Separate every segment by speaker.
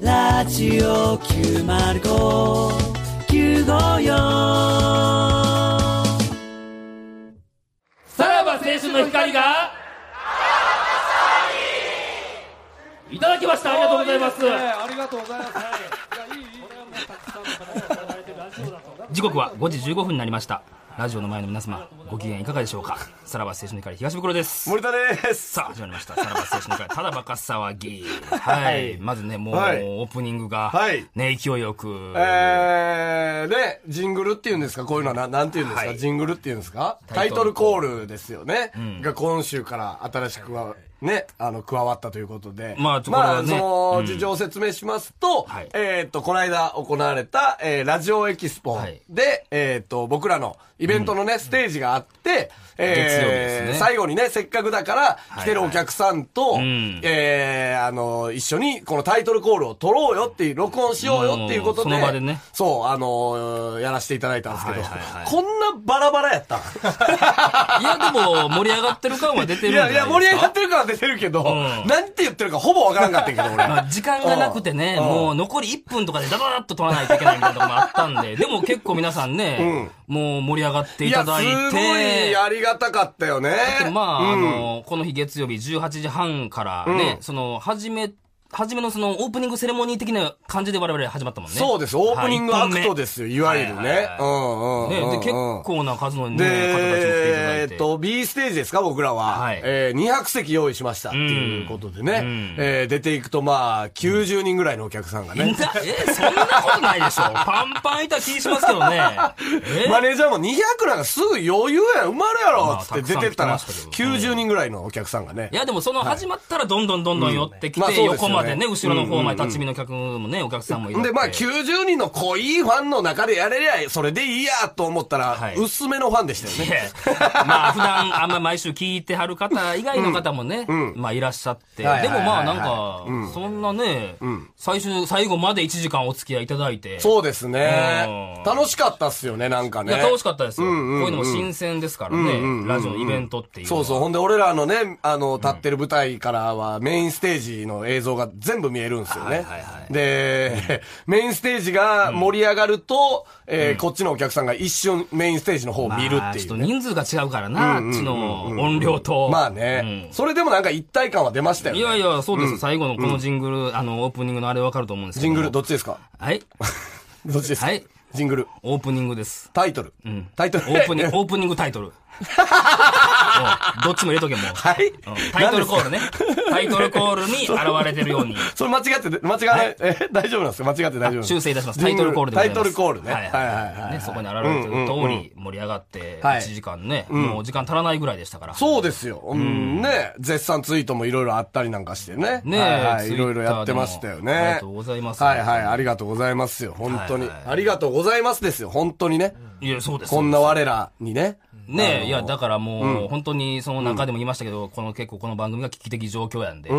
Speaker 1: ラジオ905 954
Speaker 2: さらば青春の光がいただきましたありがとうございます
Speaker 3: ありがとうございます。
Speaker 4: 時刻は5時15分になりましたラジオの前の皆様ご機嫌いかがでしょうかさらば青春の光東袋です
Speaker 5: 森田です
Speaker 4: さあ始まりましたさらば青春の光ただバカ騒ぎはいまずねもう、
Speaker 5: はい
Speaker 4: オープニングが、
Speaker 5: はい
Speaker 4: ね勢いよく、
Speaker 5: えー、で、ジングルっていうんですかこういうのはななんていうんですか、
Speaker 4: はい
Speaker 5: ジングルっていうんですか
Speaker 4: タ
Speaker 5: タ
Speaker 4: イ
Speaker 5: イ
Speaker 4: ト
Speaker 5: ト
Speaker 4: ル
Speaker 5: ル
Speaker 4: コ
Speaker 5: コ
Speaker 4: ー
Speaker 5: ールですよね。が今週から新しくは、ね、あの、加わったということで。
Speaker 4: まあこれはね
Speaker 5: まあそうの
Speaker 4: ん
Speaker 5: 事情を説明しますと、
Speaker 4: はい
Speaker 5: えっと、この間行われた、えーラジオエキスポ
Speaker 4: はい
Speaker 5: で、えっと、僕らのイベントのね、ステージがあって、
Speaker 4: 月曜日ですね
Speaker 5: 最後にね、せっかくだから来てるお客さんと、
Speaker 4: いうん
Speaker 5: えーあの、一緒にこのタイトルコールを取ろうよっていう、録音しようよっていうことで、
Speaker 4: もうその場でね
Speaker 5: そう、あのーやらせていただいたんですけど、
Speaker 4: はいはいはい
Speaker 5: こんなバラバラやったん
Speaker 4: いやでも盛り上がってる感は出てる
Speaker 5: い
Speaker 4: んじゃな
Speaker 5: や
Speaker 4: い
Speaker 5: い
Speaker 4: です
Speaker 5: や、
Speaker 4: か
Speaker 5: 盛り上がってるから出てるけど、
Speaker 4: ん
Speaker 5: なんて言ってるかほぼわからんかったけど、俺。
Speaker 4: まあ、時間がなくてね、
Speaker 5: うん
Speaker 4: もう残り1分とかでダダダッと取らないといけないみたいなところもあったん で、でも結構皆さんね、もう盛り上がってい
Speaker 5: いや、
Speaker 4: た
Speaker 5: す
Speaker 4: だいて。
Speaker 5: ごいありがたかったよね。
Speaker 4: まあ、
Speaker 5: うん
Speaker 4: あの、この日月曜日18時半からね、その、始め、初めのそのオープニングセレモニー的な感じで我々始まったもんね。
Speaker 5: そうです、オープニング
Speaker 4: は
Speaker 5: ア
Speaker 4: い
Speaker 5: クトですよ、いわゆる
Speaker 4: はいはい
Speaker 5: ね
Speaker 4: はい。
Speaker 5: うんうん
Speaker 4: ね、
Speaker 5: うんう
Speaker 4: で、
Speaker 5: ん
Speaker 4: 結構な数の、ね、方
Speaker 5: で、
Speaker 4: たちも来ていただ
Speaker 5: え
Speaker 4: いて。
Speaker 5: ーっと、B ステージですか、僕らは。
Speaker 4: はい
Speaker 5: えー200席用意しましたっていうことでね。
Speaker 4: うんうん
Speaker 5: えー出ていくと、まあ、90人ぐらいのお客さんが
Speaker 4: みん
Speaker 5: ね。
Speaker 4: なえ、そんなことないでしょ。パンパンいた気しますけ どね。え
Speaker 5: マネージャーも200なんかすぐ余裕やろ埋まるやろっつって出てった
Speaker 4: まあ
Speaker 5: ら、
Speaker 4: たくさん来てましたけど
Speaker 5: 90人ぐらいのお客さんがね
Speaker 4: い。や、でもその始まったらどんどんどんどん寄ってき
Speaker 5: うんまあ
Speaker 4: て、
Speaker 5: そうですよね
Speaker 4: 横までね、後ろの方まで立ち見の客もね、お客さんもいる。
Speaker 5: で、まあ、90人の濃いファンの中でやれりゃ、それでいいやと思ったら、
Speaker 4: はい
Speaker 5: 薄めのファンでしたよ
Speaker 4: い
Speaker 5: ね。
Speaker 4: や まあ、普段あんま毎週聞いてはる方以外の方もね、まあ、いらっしゃって。で
Speaker 5: はいはい
Speaker 4: もまあ、
Speaker 5: はい
Speaker 4: なん
Speaker 5: は
Speaker 4: か、そんなね、最終、最後まで1時間お付き合いいただいて。
Speaker 5: そうです
Speaker 4: う
Speaker 5: ね
Speaker 4: ん。
Speaker 5: 楽しかったっすよね、なんか
Speaker 4: い
Speaker 5: ね。
Speaker 4: や、楽しかったですよ。こうん
Speaker 5: うんうん
Speaker 4: いうのも新鮮ですからね、ラジオのイベントっていうの
Speaker 5: そ
Speaker 4: は。
Speaker 5: うそう。ほんで、俺らのね、あの、立ってる舞台からは、メインステージの映像が全部見えるんですよね。
Speaker 4: はいはいは
Speaker 5: で、メインステージが盛り上がると、えーこっちのお客さんが一瞬メインステージの方を見る
Speaker 4: まあ
Speaker 5: って
Speaker 4: ちょ
Speaker 5: い
Speaker 4: っ
Speaker 5: う
Speaker 4: と
Speaker 5: ね。
Speaker 4: 人数が違うからな、あっちの音量と。
Speaker 5: まあね、それでもなんか一体感は出ましたよ
Speaker 4: い
Speaker 5: ね。
Speaker 4: やいや、そうですよ。最後のこのジングル、あの、オープニングのあれわかると思うんですけど。
Speaker 5: ジングル、どっちですか
Speaker 4: はい。
Speaker 5: どっちですか、
Speaker 4: はい
Speaker 5: ジングル。
Speaker 4: オープニングです。
Speaker 5: タイトル。タイト
Speaker 4: オ
Speaker 5: ル。
Speaker 4: ープニング、オープニングタイトル。うんどっちも入れとけ、もう。
Speaker 5: はい
Speaker 4: うんタイトルコールね。タイトルコールに現れてるように。
Speaker 5: それ間違ってて、間違わない、え、大丈夫なんですか間違って大丈夫なんですか
Speaker 4: 修正いたします。タイトルコールでございます。
Speaker 5: タイトルコールね。
Speaker 4: は
Speaker 5: はいい
Speaker 4: は
Speaker 5: はいい
Speaker 4: はい
Speaker 5: はい
Speaker 4: は。
Speaker 5: はいい。
Speaker 4: ね、そこに現れてる通り盛り上がって、
Speaker 5: はい
Speaker 4: 1時間ね、もう時間足らないぐらいでしたから。
Speaker 5: そうですよ。うん、ね絶賛ツイートもいろいろあったりなんかしてね。
Speaker 4: ね
Speaker 5: はいはい
Speaker 4: Twitter
Speaker 5: いろいろやってましたよ
Speaker 4: で
Speaker 5: ね。
Speaker 4: もありがとうございます
Speaker 5: はいはい、ありがとうございますよ。本当に。
Speaker 4: はいはい
Speaker 5: ありがとうございますですよ。本当にね。
Speaker 4: いや、そうです。
Speaker 5: こんな我らにね。
Speaker 4: ねえ、いや、だからもう、本当に、その中でも言いましたけど、この結構この番組が危機的状況やんで、そ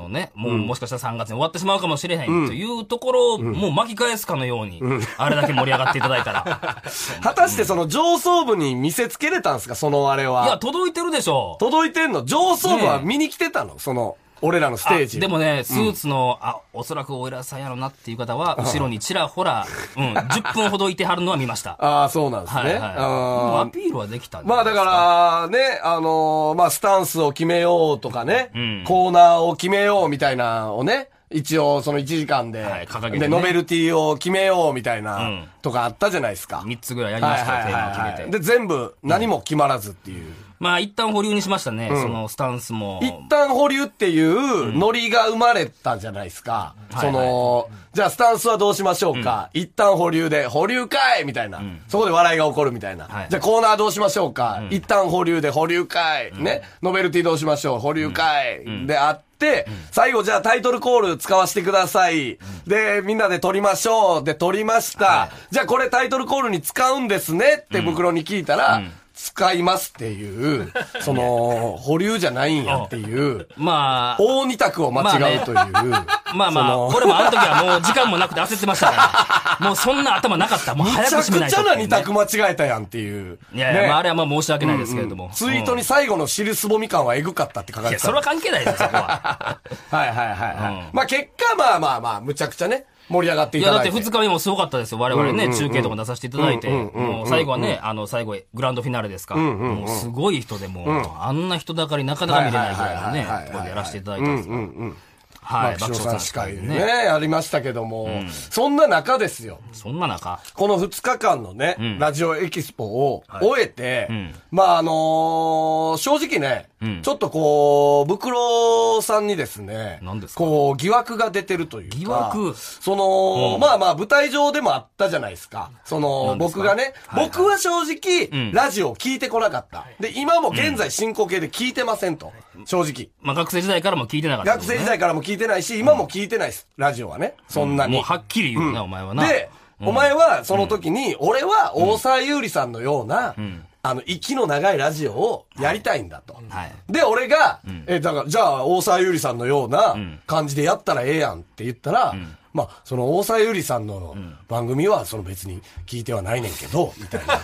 Speaker 4: のね、もう、もしかしたら3月に終わってしまうかもしれへん、というところを、もう巻き返すかのように、あれだけ盛り上がっていただいたら。
Speaker 5: 果たしてその上層部に見せつけれたんですかそのあれ
Speaker 4: いや、
Speaker 5: は。
Speaker 4: 届いてるでしょう。
Speaker 5: 届いてんの上層部は
Speaker 4: ね
Speaker 5: 見に来てたのその、俺らのステージ。
Speaker 4: あでもね、スーツの、あ、おそらくお偉さんやろなっていう方は、後ろにちらほら、うん、10分ほどいてはるのは見ました。
Speaker 5: ああ、そうなんですね。
Speaker 4: はいはい。で
Speaker 5: あ
Speaker 4: も
Speaker 5: ー
Speaker 4: アピールはできたんじゃ
Speaker 5: ま
Speaker 4: ない
Speaker 5: あ
Speaker 4: で
Speaker 5: だ
Speaker 4: すか
Speaker 5: から、ね、あのーまあスタンスを決めようとかね、コーナーを決めようみたいなのをね、一応その1時間で、
Speaker 4: はい掲げてね
Speaker 5: で、ノベルティを決めようみたい
Speaker 4: ん
Speaker 5: な、とかあったじゃないですか。
Speaker 4: 3つぐらいやりましたよ、テーマを決めて。
Speaker 5: で、全部何も決まらずっていう。
Speaker 4: まあ、一旦保留にしましたね、そのスタンスも。
Speaker 5: 一旦保留っていうノリが生まれたじゃないですか。
Speaker 4: はい
Speaker 5: その、じゃあスタンスはどうしましょうか。一旦保留で、保留かいみたいな、そこで笑いが起こるみたいな。
Speaker 4: はい
Speaker 5: じゃあコーナーどうしましょうか。一旦保留で、保留かい、ね。ノベルティどうしましょう。保留かい、であって、最後じゃあタイトルコール使わせてください。で、みんなで撮りましょう。で、撮りました。じゃあこれタイトルコールに使うんですねって袋に聞いたら、使いますって いう、その、保留じゃないんやっていう。
Speaker 4: まあ、
Speaker 5: 大二択を間違うという。
Speaker 4: まあま
Speaker 5: そ
Speaker 4: あ、
Speaker 5: の
Speaker 4: これもあの時はもう時間もなくて焦ってましたか もうそんな頭なかった。もう
Speaker 5: め
Speaker 4: 早
Speaker 5: ちゃ
Speaker 4: く
Speaker 5: く
Speaker 4: 締めない
Speaker 5: ち
Speaker 4: と
Speaker 5: ゃ
Speaker 4: ってい
Speaker 5: な
Speaker 4: うね
Speaker 5: 二択間違えたやんっていう。
Speaker 4: いやいや、
Speaker 5: ね
Speaker 4: まあ、あれはまあ申し訳ないですけれども。
Speaker 5: ツイートに
Speaker 4: うん
Speaker 5: 最後の尻すぼみ感はエグかったって書か
Speaker 4: い
Speaker 5: れ
Speaker 4: や、
Speaker 5: てた。
Speaker 4: それは関係ないですよ、そこは。
Speaker 5: はいはいはいはい。
Speaker 4: うん
Speaker 5: まあ結果、まあまあまあ、むちゃくちゃね、盛り上がって
Speaker 4: い
Speaker 5: い
Speaker 4: や、
Speaker 5: た
Speaker 4: だっ
Speaker 5: だ
Speaker 4: て
Speaker 5: いて。
Speaker 4: 2日目もすごかったですよ。我々ね、中継とかも出させていただいて、もう最後はね、あの、最後、グランドフィナーレですか。もうすごい人でもう、あんな人だかりなかなか見れないぐらいの
Speaker 5: はいはいはいはいはい
Speaker 4: ね、ところでやらせていただいたんですよ。はい、
Speaker 5: 爆
Speaker 4: 爆笑
Speaker 5: 笑さ
Speaker 4: さ
Speaker 5: ん
Speaker 4: ん
Speaker 5: 司
Speaker 4: 司
Speaker 5: 会
Speaker 4: 会
Speaker 5: で
Speaker 4: で
Speaker 5: ね、
Speaker 4: ね。
Speaker 5: やりましたけども、そんな中ですよ。
Speaker 4: そんな中、
Speaker 5: この2日間のね、ラジオエキスポを終えて、
Speaker 4: ん
Speaker 5: まああのー正直ね、
Speaker 4: ん
Speaker 5: ちょっとこう、ブクロさんにですね、
Speaker 4: 何ですか
Speaker 5: こう、疑惑が出てるというか、
Speaker 4: 疑惑
Speaker 5: その、まあまあ舞台上でもあったじゃないですか。その、
Speaker 4: 何ですか
Speaker 5: 僕がね、
Speaker 4: はいはい
Speaker 5: 僕は正直、
Speaker 4: ん
Speaker 5: ラジオを聞いてこなかった。で、今も現在進行形で聞いてませんと、正直。
Speaker 4: まあ学生時代からも聞いてなかった
Speaker 5: 学
Speaker 4: けどね。
Speaker 5: 生時代からも聞いてないし、今も聞いてないです、ラジオはね。そんなに。
Speaker 4: もうはっきり言うな、お前はな。
Speaker 5: で、お前はその時に、俺は大沢優里さんのような、あの、息の長いラジオをやりたいんだと。
Speaker 4: はい。
Speaker 5: で、俺が、え、だから、じゃあ、大沢優里さんのような感じでやったらええやんって言ったら、まあ、その大沢優里さんの番組は、その別に聞いてはないねんけど、み たいな。っ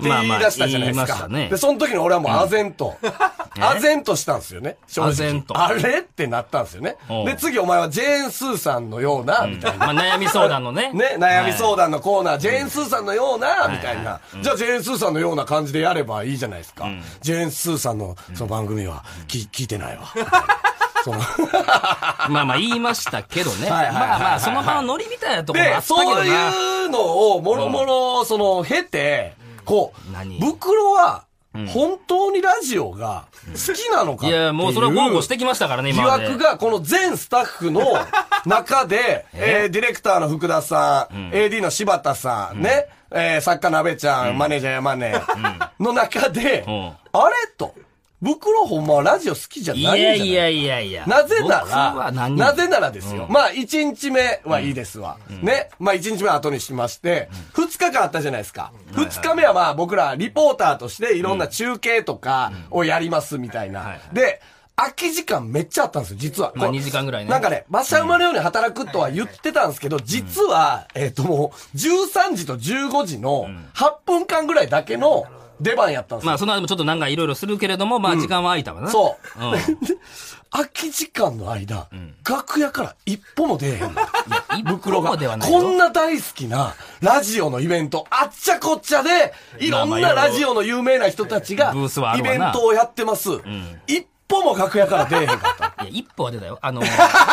Speaker 5: て
Speaker 4: まあ
Speaker 5: 言
Speaker 4: まあ
Speaker 5: い出したじゃないで
Speaker 4: 言
Speaker 5: す
Speaker 4: いまし
Speaker 5: か。
Speaker 4: たね
Speaker 5: で、その時に俺はもう唖然と、唖然としたんですよね。正直
Speaker 4: 唖然と
Speaker 5: あれってなったんですよね。
Speaker 4: おう
Speaker 5: で、次お前はジェーン・スーさんのような、みたい
Speaker 4: ま
Speaker 5: な。
Speaker 4: あ悩み相談のね。
Speaker 5: ね、悩み相
Speaker 4: 談。
Speaker 5: 談のコーナー、ジェーン・スーさんのような、みたいな。じゃあ、ジェーン・スーさんのような感じでやればいいじゃないですか。ジェーン・スーさんのその番組は、き聞いてないわ。その
Speaker 4: まあまあ言いましたけどね。
Speaker 5: はいはいはいはい
Speaker 4: まあまあ、その場のノリみたいなところもあ
Speaker 5: で、
Speaker 4: ったけど
Speaker 5: そう
Speaker 4: な。
Speaker 5: いうのを、もろもろ、その、経て、こ
Speaker 4: 何
Speaker 5: う、袋は、本当にラジオが好きなのかっ
Speaker 4: い
Speaker 5: ていう。
Speaker 4: や、もうそれは豪語してきましたからね、
Speaker 5: 疑
Speaker 4: 今まで。
Speaker 5: 惑がこの全スタッ フの中で、えーディレクターの福田さん、AD の柴田さん、ね、えー作家なべちゃん、マネージャー山根の中で、
Speaker 4: うん
Speaker 5: あれと、袋ほんまはラジオ好きじゃな
Speaker 4: い
Speaker 5: いんじゃな
Speaker 4: や
Speaker 5: い
Speaker 4: いやいやいや。
Speaker 5: なぜな
Speaker 4: 僕は
Speaker 5: ら、
Speaker 4: 何
Speaker 5: なぜならですよ。
Speaker 4: うん
Speaker 5: まあ、1日目はいいですわ。ね。まあ、1日目は後にしまして、2日間あったじゃないですか。2日目はまあ、僕らリポーターとしていろんな中継とかをやりますみたい
Speaker 4: は。
Speaker 5: ないで、空き時間めっちゃあったんですよ、実は。
Speaker 4: まあ
Speaker 5: こう
Speaker 4: 2時間ぐらいね
Speaker 5: なんかね、馬車馬のように働くとは言ってたんですけど、実は、えっともう、13時と15時の8分間ぐらいだけの出番やったんですよ
Speaker 4: まあ、その後もちょっとなんかいろいろするけれども、まあ、時間は空いたわな。
Speaker 5: そう。
Speaker 4: ん。
Speaker 5: で空き時間の間、楽屋から一歩も出えへんの。
Speaker 4: 袋
Speaker 5: こ
Speaker 4: が。ではないよ
Speaker 5: んな大好きなラジオのイベント、あっちゃこっちゃで、いろんなラジオの有名な人たちが
Speaker 4: ブースはあ、
Speaker 5: イ
Speaker 4: るわな
Speaker 5: ベントをやってます。一歩も楽屋から出えへんかった。
Speaker 4: いや、一歩は出たよ。あのー、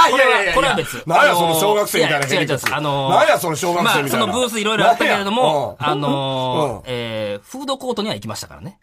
Speaker 4: これ
Speaker 5: いやいやいや
Speaker 4: は、これは別。
Speaker 5: なんや
Speaker 4: あー
Speaker 5: その小学生みたい
Speaker 4: や
Speaker 5: な
Speaker 4: 違う違う
Speaker 5: 変。な
Speaker 4: あのー、
Speaker 5: なんやその小学生みたいな
Speaker 4: まあ、そのブースいろいろあったけれども、
Speaker 5: なんや
Speaker 4: あ
Speaker 5: うんうん
Speaker 4: のー、えー、フードコートには行きましたからね。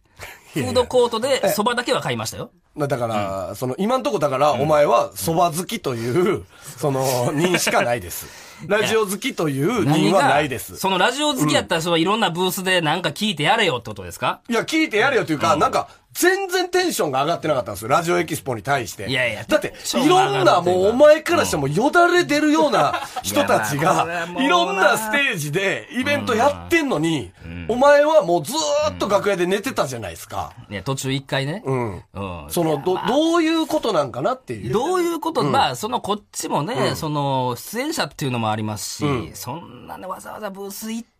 Speaker 4: フードコートで蕎麦だけは買いましたよ。
Speaker 5: なだから、その、今んとこだから、お前は蕎麦好きという、そ の、認しかないです。ラジオ好きという認はないです。
Speaker 4: そのラジオ好きやった人はいろんなブースでなんか聞いてやれよってことですか
Speaker 5: いや、聞いてやれよというか、なんか、全然テンションが上がってなかったんですよ。ラジオエキスポに対して。
Speaker 4: いやいや
Speaker 5: だって
Speaker 4: テンシ、ョ
Speaker 5: い
Speaker 4: ンが
Speaker 5: ろん
Speaker 4: 上が
Speaker 5: な、
Speaker 4: るというか
Speaker 5: もうお前からしてもよだれ出るような人た
Speaker 4: い
Speaker 5: ち
Speaker 4: や
Speaker 5: が
Speaker 4: まあこれはもう、ない
Speaker 5: ろんなステージでイベントやってんのに、お前はもうずーっと楽屋で寝てたじゃないですか。
Speaker 4: ね、途中一回ね。うん。うん。
Speaker 5: その、ど、どういうことなんかなっていう。
Speaker 4: どういうこと、まあ、そのこっちもね、その、出演者っていうのもありますし、そんなね、わざわざブース行って、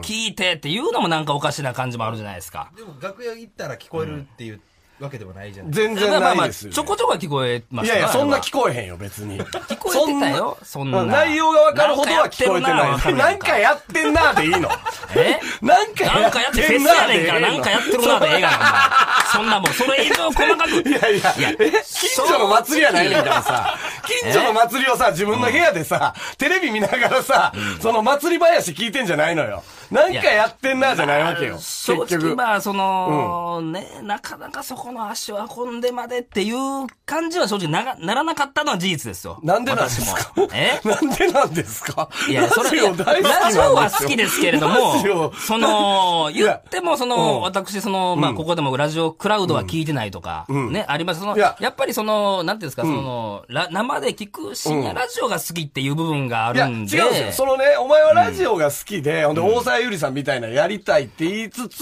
Speaker 4: 聞いてっていうのもなんかおかしな感じもあるじゃないですか。
Speaker 3: でも楽屋行ったら聞こえるっていうわけではないじゃない、
Speaker 5: 全然
Speaker 4: まあまあ
Speaker 5: な
Speaker 4: ま
Speaker 5: い
Speaker 4: あ、
Speaker 5: です
Speaker 4: ち
Speaker 5: よ。
Speaker 4: ょこちょこは聞こえま
Speaker 5: い
Speaker 4: した
Speaker 5: やいや、そんな聞
Speaker 4: 聞
Speaker 5: こえへんよ、別に。聞
Speaker 4: こえてたよ、そんな。
Speaker 5: 内容がわかるほどは聞こえ
Speaker 4: ん
Speaker 5: て
Speaker 4: か
Speaker 5: ない。
Speaker 4: や
Speaker 5: な
Speaker 4: っ
Speaker 5: ん
Speaker 4: てるな
Speaker 5: かやってんなーでいいの。
Speaker 4: え
Speaker 5: なんか
Speaker 4: なんかやってフェスやねんから、
Speaker 5: でええ
Speaker 4: な
Speaker 5: の
Speaker 4: んかやってるなでええがな、お前。そんなもん、それ以上細かく。
Speaker 5: いやいや、え近所の祭りやないねんからさ、近所の祭りをさ、自分の部屋でさ、テレビ見ながらさ、その祭り林聞いてんじゃないのよ。なんかやってんなじゃないわけよ。結
Speaker 4: 正直
Speaker 5: 局。
Speaker 4: まあ、その、ね、なかなかそこの足を運んでまでっていう感じは正直ながならなかったのは事実ですよ。
Speaker 5: なんでなんですか
Speaker 4: 私もえ
Speaker 5: なんでなんですか
Speaker 4: いや、そ
Speaker 5: ラ
Speaker 4: れ、い
Speaker 5: ジ
Speaker 4: や
Speaker 5: オ大好きなん
Speaker 4: ラ
Speaker 5: です
Speaker 4: ジ
Speaker 5: よ。
Speaker 4: オは好きですけれど
Speaker 5: ラジオ
Speaker 4: も、その、
Speaker 5: や
Speaker 4: 言っても、その、私、その、まあ、ここでもラジオクラウドは聞いてないとか、ね、あります。その、
Speaker 5: いや
Speaker 4: やっぱりその、なんていうんですか、その、ラ生で聞く深夜ラジオが好きっていう部分があ
Speaker 5: いや、
Speaker 4: る
Speaker 5: 違うん
Speaker 4: ん
Speaker 5: です
Speaker 4: で、
Speaker 5: よ。そのね、お前はラジオが好きで、ほんで、大沢ゆりさんみたいなのやりたいって言いつつ、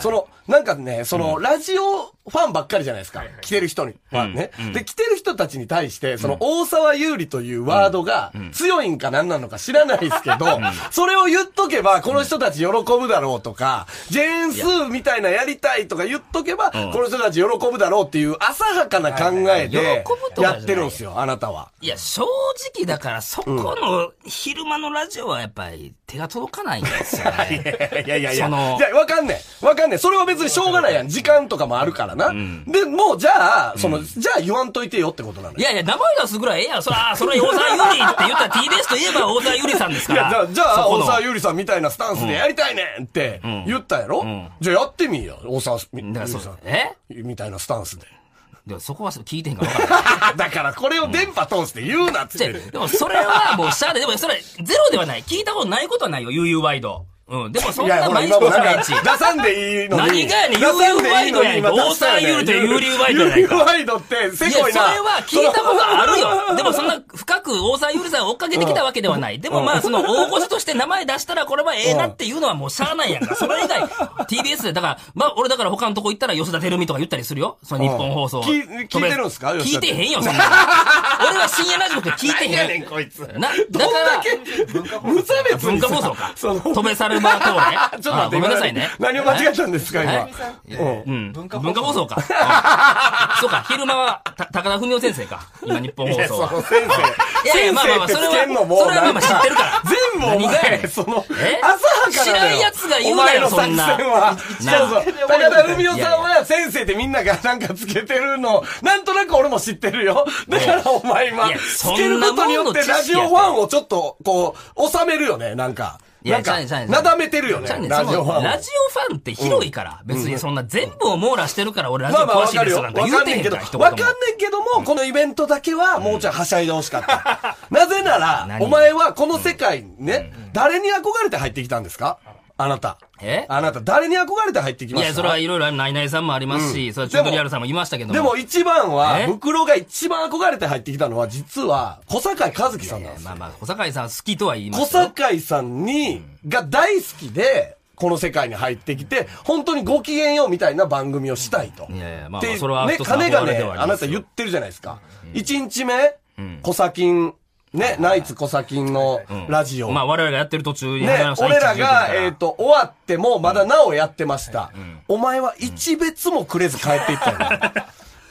Speaker 5: その、なんかね、その、ラジオファンばっかりじゃないですか。来てる人に。ね。で、来てる人たちに対して、その、大沢優里というワードが、強いんか何なのか知らないですけど、それを言っとけば、この人たち喜ぶだろうとか、ジェーンスーみたいなやりたいとか言っとけば、
Speaker 4: うん
Speaker 5: この人たち喜ぶだろうっていう、浅はかな考え
Speaker 4: はいはいはい
Speaker 5: で
Speaker 4: 喜ぶ、とかじゃな
Speaker 5: や
Speaker 4: い
Speaker 5: ってるんですよ、あなたは。
Speaker 4: いや、正直だから、そこの昼間のラジオはやっぱり手が届かないんですよね。
Speaker 5: いやいやいや。
Speaker 4: その
Speaker 5: いや、わかんねえ。わかんねえ。それは別にしょうがないやん。時間とかもあるからな。で、もう、じゃあ、その、じゃあ言わんといてよってことなのよ
Speaker 4: い。やいや、名前出すぐらいええやろ。そら、それ大沢ゆりって言ったら TBS といえば大沢ゆりさんですか
Speaker 5: いや、じゃ
Speaker 4: ら
Speaker 5: あ、。じゃあ、
Speaker 4: そこ
Speaker 5: 大
Speaker 4: の
Speaker 5: 沢ゆりさんみたいなスタンスでやりたいねんって言ったやろ、じゃあやってみいよ、大沢ゆ
Speaker 4: だから
Speaker 5: り
Speaker 4: そ
Speaker 5: さ
Speaker 4: う、え
Speaker 5: ん。みたいなスタンスで。
Speaker 4: でもそこは聞いてへんから分からん。
Speaker 5: だからこれを電波通して言うなっつ
Speaker 4: じ
Speaker 5: って
Speaker 4: ゃ
Speaker 5: んねん
Speaker 4: でもそれはもうシャーで、でもそれゼロではない。聞いたことないことはないよ、UU ワイド。うん。でもそん
Speaker 5: いや、
Speaker 4: な
Speaker 5: ほら、
Speaker 4: 毎
Speaker 5: 今
Speaker 4: 日
Speaker 5: も
Speaker 4: 毎
Speaker 5: なんか、出
Speaker 4: 日。
Speaker 5: さんでいいのに。
Speaker 4: 何がやねん
Speaker 5: 出さんでいいの
Speaker 4: ユーリーワイドや
Speaker 5: に今
Speaker 4: んか
Speaker 5: 出し
Speaker 4: 大沢
Speaker 5: たよね
Speaker 4: ゆりとユーリーワイドやないか
Speaker 5: ユーリーワイドって、せ
Speaker 4: いや、そ
Speaker 5: こ
Speaker 4: れ
Speaker 5: いな。
Speaker 4: は聞いたことあるよ。でもそんな深く大沢ゆりさんを追っかけてきたわけではない。でもまあその大御所として名前出したらこれはええなっていうのはもうしゃあないやんか。それ以外、TBS で、だから、まあ俺だから他のとこ行ったら吉田照美とか言ったりするよ。その日本放送。
Speaker 5: うん聞い聞いてるんすか
Speaker 4: 聞
Speaker 5: 吉
Speaker 4: い
Speaker 5: 田
Speaker 4: て
Speaker 5: 照美
Speaker 4: へんよ、そんなの。俺は深夜ラジオって聞いてへん。
Speaker 5: 何やねん、こいつ。
Speaker 4: な、
Speaker 5: ど
Speaker 4: だ
Speaker 5: んだ
Speaker 4: から、
Speaker 5: け、無差別
Speaker 4: 文
Speaker 5: に
Speaker 4: 化
Speaker 5: さ
Speaker 4: 放送か。
Speaker 5: その、。
Speaker 4: 止めされまとうね
Speaker 5: ちょっと待って、
Speaker 4: あごめんなさいね。
Speaker 5: 今何を間違えたんですか、今
Speaker 4: え。
Speaker 5: うん
Speaker 4: うん。文化放送か。 うんそうか、昼間は、た高田文夫先生か。今、日本
Speaker 5: い
Speaker 4: 放
Speaker 5: や、
Speaker 4: 送
Speaker 5: その
Speaker 4: は。
Speaker 5: 先生。
Speaker 4: いやいやまあまあまあ
Speaker 5: 先生ってつけんのもう
Speaker 4: それはそれはま
Speaker 5: なん
Speaker 4: あまあ知ってるから
Speaker 5: 全部お
Speaker 4: 何がやね
Speaker 5: 前、
Speaker 4: ん
Speaker 5: その、
Speaker 4: え
Speaker 5: 浅はかな
Speaker 4: 知
Speaker 5: のよ
Speaker 4: らんやつが言うなよ
Speaker 5: お前の作戦は。
Speaker 4: そんななあ
Speaker 5: そうそう高田文夫さんは先生ってみんながなんかつけてるの、なんとなく俺も知ってるよ。だからお前今、
Speaker 4: いや
Speaker 5: つ
Speaker 4: そん
Speaker 5: ける
Speaker 4: な
Speaker 5: ことによっ
Speaker 4: もんの
Speaker 5: て
Speaker 4: 知識や
Speaker 5: ラジオファンをちょっと、こう、収めるよね、なんか。
Speaker 4: いや
Speaker 5: なんか、
Speaker 4: ちゃうねんちゃうねん
Speaker 5: なだめてるよね
Speaker 4: ちゃう、ねん
Speaker 5: ラジオファ
Speaker 4: そ
Speaker 5: ン
Speaker 4: の
Speaker 5: を
Speaker 4: ラ。ジオファンって広いから、別にそんな全部を網羅してるから俺ラジオ
Speaker 5: まあまあ
Speaker 4: 詳
Speaker 5: わ
Speaker 4: しい
Speaker 5: か
Speaker 4: で
Speaker 5: る
Speaker 4: す
Speaker 5: よ。
Speaker 4: よ
Speaker 5: わ
Speaker 4: なんて言
Speaker 5: かん
Speaker 4: うてへ
Speaker 5: ねん
Speaker 4: ん
Speaker 5: け
Speaker 4: か
Speaker 5: ど、
Speaker 4: ら、一
Speaker 5: わ
Speaker 4: 言
Speaker 5: かんね
Speaker 4: も。
Speaker 5: んけども、このイベントだけはもうちょいはしゃいでほしかった。なぜなら、
Speaker 4: 何
Speaker 5: お前はこの世界にね、誰に憧れて入ってきたんですかあなた。
Speaker 4: え
Speaker 5: あなた、誰に憧れて入ってき
Speaker 4: い
Speaker 5: ました
Speaker 4: や、それはいろいろ、ナイナイさんもありますし、それはチュートリアルさんもいましたけど
Speaker 5: でも一番は、
Speaker 4: え
Speaker 5: 袋が一番憧れて入ってきたのは、実は、小堺一樹さんなんですよ
Speaker 4: まあまあ、小堺さん好きとは言いま
Speaker 5: 小
Speaker 4: すよ。
Speaker 5: 堺さんに、が大好きで、この世界に入ってきて、本当にご機嫌ようみたいな番組をしたいと。
Speaker 4: いやいやまあ
Speaker 5: で
Speaker 4: それは
Speaker 5: ね、
Speaker 4: アクトさんの
Speaker 5: 金が
Speaker 4: 憧れ
Speaker 5: ね、
Speaker 4: ではありますよ
Speaker 5: あなた言ってるじゃないですか。一日目、小崎ね、ナイツ小崎のラジオ。
Speaker 4: まあ、我々がやってる途中に
Speaker 5: ね
Speaker 4: 始まりま、した
Speaker 5: 俺らが、
Speaker 4: 119
Speaker 5: えっ、と、終わっても、まだなおやってました。お前は一別もくれず帰っていったよね。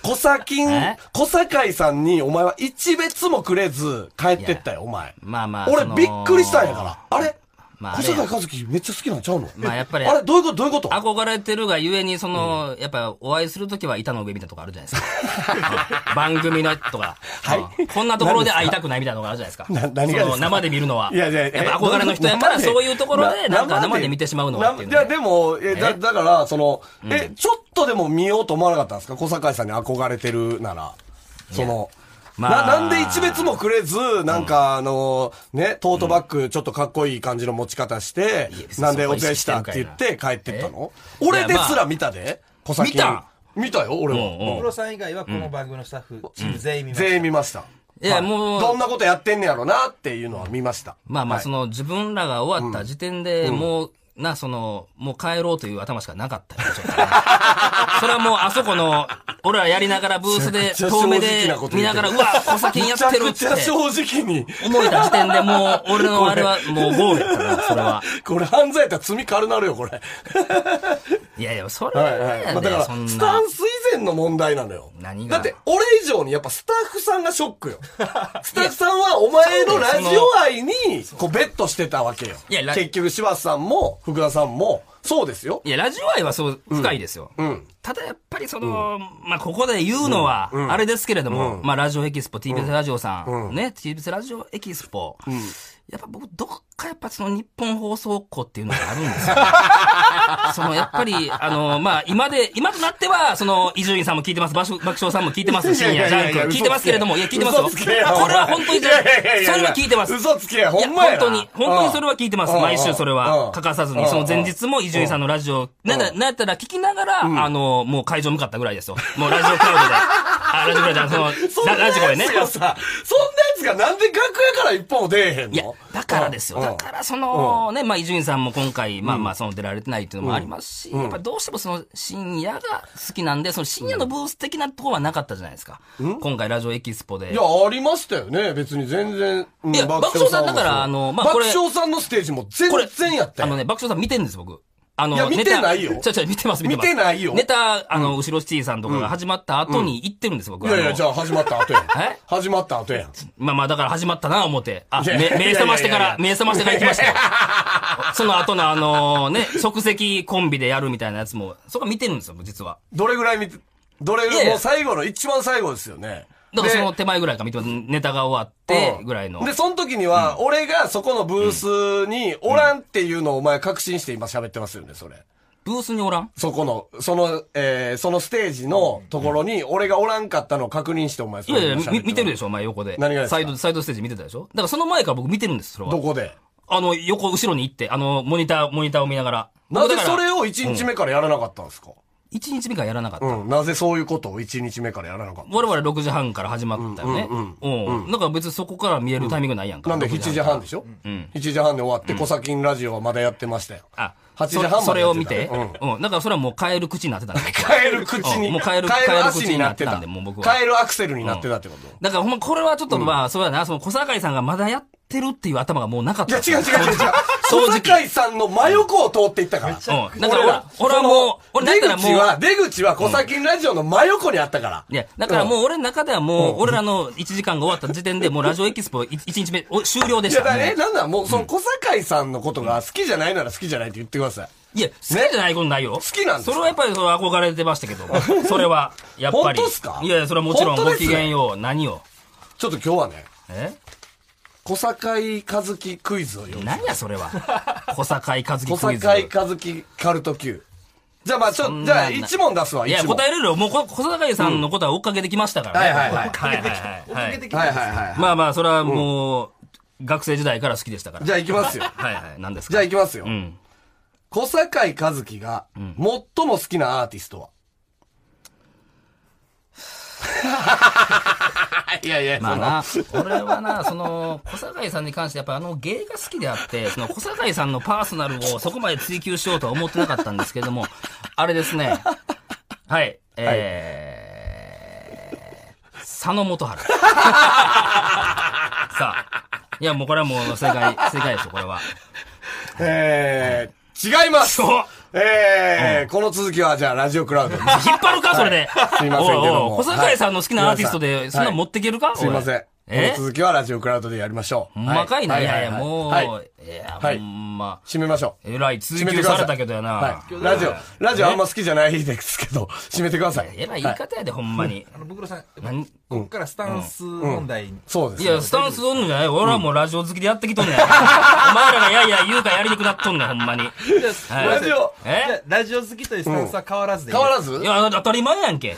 Speaker 5: 小崎
Speaker 4: え、
Speaker 5: 小堺さんに、お前は一別もくれず帰ってったよ、お前。
Speaker 4: まあまあ
Speaker 5: 俺
Speaker 4: その
Speaker 5: びっくりしたんやから。あれ
Speaker 4: まああれ
Speaker 5: 小堺一樹めっちゃ好きなんちゃうの
Speaker 4: まあやっぱり
Speaker 5: あれどういうことどういうこと
Speaker 4: 憧れてるがゆえに、その、やっぱお会いするときは板の上みたいなとこあるじゃないです か。番組のとか、
Speaker 5: はい
Speaker 4: こんなところで会いたくないみたいなとこあるじゃないですか。
Speaker 5: な何がですか
Speaker 4: その生で見るのは。
Speaker 5: いやいや
Speaker 4: や
Speaker 5: え
Speaker 4: っぱ憧れの人やから、
Speaker 5: 生で
Speaker 4: そういうところで、
Speaker 5: な
Speaker 4: なんか生で見てしまうのはっていう
Speaker 5: な
Speaker 4: の
Speaker 5: いや、
Speaker 4: ね。
Speaker 5: でも、え、だ、
Speaker 4: え
Speaker 5: だから、その、え、ちょっとでも見ようと思わなかったんですか小堺さんに憧れてるなら。その、
Speaker 4: まあ
Speaker 5: な、なんで一別もくれず、なんか、あの、ね、トートバッグ、ちょっとかっこいい感じの持ち方して
Speaker 4: いや、別に
Speaker 5: なんで
Speaker 4: そこ
Speaker 5: お
Speaker 4: は意
Speaker 5: 連
Speaker 4: 識
Speaker 5: れし
Speaker 4: して
Speaker 5: た
Speaker 4: る
Speaker 5: っ
Speaker 4: か
Speaker 5: て
Speaker 4: いな
Speaker 5: 言って帰ってったの
Speaker 4: え
Speaker 5: 俺で
Speaker 4: いやますあ
Speaker 5: ら見たで小崎。
Speaker 4: 見た
Speaker 5: 見たよ、俺
Speaker 4: うんうん
Speaker 5: も。
Speaker 3: プロさん以外はこの番組のスタッフ、チーム全員見ました
Speaker 5: 全員見ました。
Speaker 4: いや、もう、
Speaker 5: どんなことやってんねやろなっていうのは見ました。
Speaker 4: まあまあ、
Speaker 5: はい
Speaker 4: その、自分らが終わった時点で、もう、な、その、もう帰ろうという頭しかなかったよ、ちょっとね それはもう、あそこの、俺らやりながらブースで、
Speaker 5: めちゃくちゃ
Speaker 4: 遠目
Speaker 5: 正直
Speaker 4: で
Speaker 5: なこと言っ
Speaker 4: 見なが
Speaker 5: てる
Speaker 4: ら、うわ、小崎やってるっ
Speaker 5: めち
Speaker 4: つっ
Speaker 5: ゃく
Speaker 4: て
Speaker 5: ちゃ正直に。
Speaker 4: 思い出時点でもう、俺のあれはもうゴールやったな、それは。
Speaker 5: これ犯罪やったら罪軽なるよ、これ。
Speaker 4: いやいや、それは
Speaker 5: はい
Speaker 4: ね、
Speaker 5: はい。まあ、だから、
Speaker 4: そんな。
Speaker 5: スタンス以前の問題なのよ。
Speaker 4: 何が
Speaker 5: だって、俺以上にやっぱスタッフさんがショッ クよ。スタッフさんはお前のラジオ愛に、こう、ベットしてたわけよ。
Speaker 4: いやラ
Speaker 5: 結局、柴田さんも、福田さんも、そうですよ。
Speaker 4: いや、ラジオ愛はそう、深いですよ。ただやっぱりその、まあ、ここで言うのは、あれですけれども、まあ、ラジオエキスポ、TBS ラジオさん、ね、TBS ラジオエキスポ、やっぱ僕、どっかやっぱその日本放送っ子っていうのがあるん ですよ。その、やっぱり、あの、まあ、今で、今となっては、その、伊集院さんも聞いてます、爆笑爆笑さんも聞いてます、深夜、ジャンク、聞いてますけれども、いや、聞いてますよ。こ
Speaker 5: 嘘つけ
Speaker 4: れ
Speaker 5: や
Speaker 4: は本当に、
Speaker 5: い
Speaker 4: じゃ
Speaker 5: やいやいやいや
Speaker 4: そういうの聞いてます。
Speaker 5: 嘘つけや、ほんま
Speaker 4: い
Speaker 5: や
Speaker 4: や
Speaker 5: な。
Speaker 4: 本当に、本当にそれは聞いてます。
Speaker 5: うん
Speaker 4: 毎週それ
Speaker 5: う
Speaker 4: は
Speaker 5: ん
Speaker 4: 欠かさず
Speaker 5: う
Speaker 4: に、
Speaker 5: ん
Speaker 4: その前日も伊集院さんのラジオ、なんだ、なんやったら聞きながら、あの、もう会場向かったぐらいですよ。もうラジオクラウドで。あ、ラジオクラウドじゃん、その、ララジコでね。
Speaker 5: そんなやつがさ、そんなやつがなんで楽屋から一本も出えへんの
Speaker 4: いや、だからですよ。
Speaker 5: うん
Speaker 4: だから、その、ね、まあ、伊集院さんも今回、まあまあ、その出られてないっていうのもありますし、やっぱどうしてもその深夜が好きなんで、その深夜のブース的なところはなかったじゃないですか。今回、ラジオエキスポで。
Speaker 5: いや、ありましたよね。別に全然。うん
Speaker 4: いや
Speaker 5: も
Speaker 4: 爆笑さんだからあのまあこれ
Speaker 5: 爆笑さんのステージも全
Speaker 4: これ
Speaker 5: 然やった
Speaker 4: あ
Speaker 5: よ。
Speaker 4: のね、爆笑さん見てんです、僕。あの、
Speaker 5: いや見て
Speaker 4: ネタ
Speaker 5: ないよ
Speaker 4: ちょちょ、見てます、見てます。
Speaker 5: 見てないよ
Speaker 4: ネタ、あの、後ろシティさんとかが始まった後に行ってるんです、僕
Speaker 5: い
Speaker 4: は。
Speaker 5: やいや、じゃあ始まった後やん
Speaker 4: え。
Speaker 5: 始まった 後やん。
Speaker 4: まあまあ、だから始まったな、思って。あ、
Speaker 5: いや
Speaker 4: め目覚ましてか
Speaker 5: いや
Speaker 4: ら、
Speaker 5: い
Speaker 4: 目覚ましてから行きましたよ。その後のあのね、即席コンビでやるみたいなやつも、そこは見てるんですよ、実は。
Speaker 5: どれぐらい見て、どれ
Speaker 4: いやいや
Speaker 5: もう最後の、一番最後ですよね。
Speaker 4: だから
Speaker 5: で
Speaker 4: その手前ぐらいか見てます。ネタが終わって、ぐらいの。
Speaker 5: うんで、その時には、俺がそこのブースにおらんっていうのをお前確信して今喋ってますよね、それ。
Speaker 4: ブースにおらん
Speaker 5: そこの、その、えーそのステージのところに、俺がおらんかったのを確認してお前そ
Speaker 4: いや
Speaker 5: れ
Speaker 4: いや、
Speaker 5: 今喋って
Speaker 4: み見てるでしょ、お前横で。
Speaker 5: 何がですか
Speaker 4: サイド、サイドステージ見てたでしょだからその前から僕見てるんです、それ
Speaker 5: ど
Speaker 4: は。
Speaker 5: こで。
Speaker 4: あの、横、後ろに行って、あの、モニター、モニターを見ながら。
Speaker 5: なぜ
Speaker 4: 僕だか
Speaker 5: そ
Speaker 4: ら
Speaker 5: れを1日目からやらなかったんですか、
Speaker 4: 一日目からやらなかった。
Speaker 5: うん、なぜそういうことを1日目からやらなかった
Speaker 4: 我々6時半から始まったよね。うん。だから別にそこから見えるタイミングないやんか。
Speaker 5: なんで
Speaker 4: 6
Speaker 5: 7時半でしょ、う ?7 時半で終わって、コサキンラジオはまだやってましたよ。
Speaker 4: あ、
Speaker 5: 8時半まで
Speaker 4: そそれを見て
Speaker 5: やってた。
Speaker 4: うん。だからそれはもう変える口になってたんだけど
Speaker 5: 帰る口に、
Speaker 4: うんもう帰る
Speaker 5: 帰
Speaker 4: 帰る
Speaker 5: 足
Speaker 4: 口
Speaker 5: に
Speaker 4: に
Speaker 5: な
Speaker 4: な
Speaker 5: っ
Speaker 4: ってて
Speaker 5: た。
Speaker 4: たんでもう僕は
Speaker 5: 帰るアクセルになってたってこと、
Speaker 4: だからほんまこれはちょっとまあ、そうやな、その小堺さんがまだやってるっていう頭がもうなかっ
Speaker 5: いや、
Speaker 4: た。
Speaker 5: 違う違う違う違う。
Speaker 4: 正
Speaker 5: 小
Speaker 4: 直
Speaker 5: 坂井さんの真横を通っていったから。
Speaker 4: うんだから俺はもう
Speaker 5: その
Speaker 4: 俺だったら
Speaker 5: 出口
Speaker 4: もう
Speaker 5: は、出口は小崎ラジオの真横にあったから。
Speaker 4: いや、だからもう俺の中ではもう、俺らの1時間が終わった時点で、もうラジオエキスポ1日目お終了で
Speaker 5: い
Speaker 4: し
Speaker 5: や、
Speaker 4: た
Speaker 5: だから
Speaker 4: ね
Speaker 5: え、。なんだ、もう、その小堺さんのことが好きじゃないなら好きじゃないって言ってください。
Speaker 4: いや、好きじゃないことないよ。好
Speaker 5: きなんです
Speaker 4: そ
Speaker 5: か
Speaker 4: れはやっぱりそれは憧れてましたけど、それは、やっぱり。
Speaker 5: 本当っすか
Speaker 4: いやいや、それはもちろん
Speaker 5: 本当
Speaker 4: ご
Speaker 5: です
Speaker 4: 機嫌よう、何を。
Speaker 5: ちょっと今日はね、
Speaker 4: え
Speaker 5: 小堺和樹クイズを用意
Speaker 4: 何やそれ は。小堺一
Speaker 5: 小
Speaker 4: 樹クイズ。
Speaker 5: 堺和樹カルト Q。じゃあまあちょ、
Speaker 4: ん
Speaker 5: じ
Speaker 4: な
Speaker 5: ゃあ1問出すわ、
Speaker 4: いや、
Speaker 5: 1問。
Speaker 4: 答えれるよ。もうこ、小堺さんのことは追っかけてきましたからね。
Speaker 5: はいはいはい
Speaker 4: はいはいはいはい。
Speaker 5: はいはいはい。
Speaker 4: まあまあ、それはもう、学生時代から好きでしたから。
Speaker 5: じゃあ行きますよ。
Speaker 4: はいはい。何ですか
Speaker 5: じゃあ行きますよ。
Speaker 4: うん。
Speaker 5: 小堺和樹が最も好きなアーティス トは、いやいや、
Speaker 4: まあな、俺はな、その、小堺さんに関して、やっぱあの芸が好きであって、その小堺さんのパーソナルをそこまで追求しようとは思ってなかったんですけれども、あれですね。はい、えー、佐野元春。 さあ、いやもうこれはもう正解、正解でしょ、これは。
Speaker 5: えー、違います
Speaker 4: そう
Speaker 5: えーこの続きはじゃあラジオク ラウドに。
Speaker 4: 引っ張るか、それで。
Speaker 5: すいませんけども
Speaker 4: おいおい小堺さんの好きなアーティスト
Speaker 5: はい
Speaker 4: で、そんなん持っていけるか
Speaker 5: すいません。この
Speaker 4: え
Speaker 5: 続きはラジオクラウドでやりましょう。
Speaker 4: 細かいな。
Speaker 5: はい
Speaker 4: や
Speaker 5: はい
Speaker 4: や、
Speaker 5: は
Speaker 4: もう、
Speaker 5: はいい、
Speaker 4: や、
Speaker 5: はい
Speaker 4: ほんま。
Speaker 5: 締めましょう。
Speaker 4: えらい追
Speaker 5: 締めて
Speaker 4: 求
Speaker 5: くだ
Speaker 4: され
Speaker 5: さ
Speaker 4: た
Speaker 5: い。
Speaker 4: けどやな。
Speaker 5: はい。ラジオ、ラジオあんま好きじゃないですけど、締めてください。
Speaker 4: えらい言い方やで、ほんまに。
Speaker 3: あの、ブクロさん、
Speaker 4: 何
Speaker 3: こっからスタンス問題に。
Speaker 5: そうです
Speaker 4: い
Speaker 5: ね。
Speaker 4: や、スタンスおんのじゃない俺はもうラジオ好きでやってき とんねん。お前らがやいや言うからやりにくなっとんねん、ほんまに。い
Speaker 3: は
Speaker 5: ラジオ、
Speaker 3: じゃあ
Speaker 4: え
Speaker 3: ラジオ好きというスタンスは変わらずでいい
Speaker 5: 変わらず
Speaker 4: いや、当たり前やんけ。うん。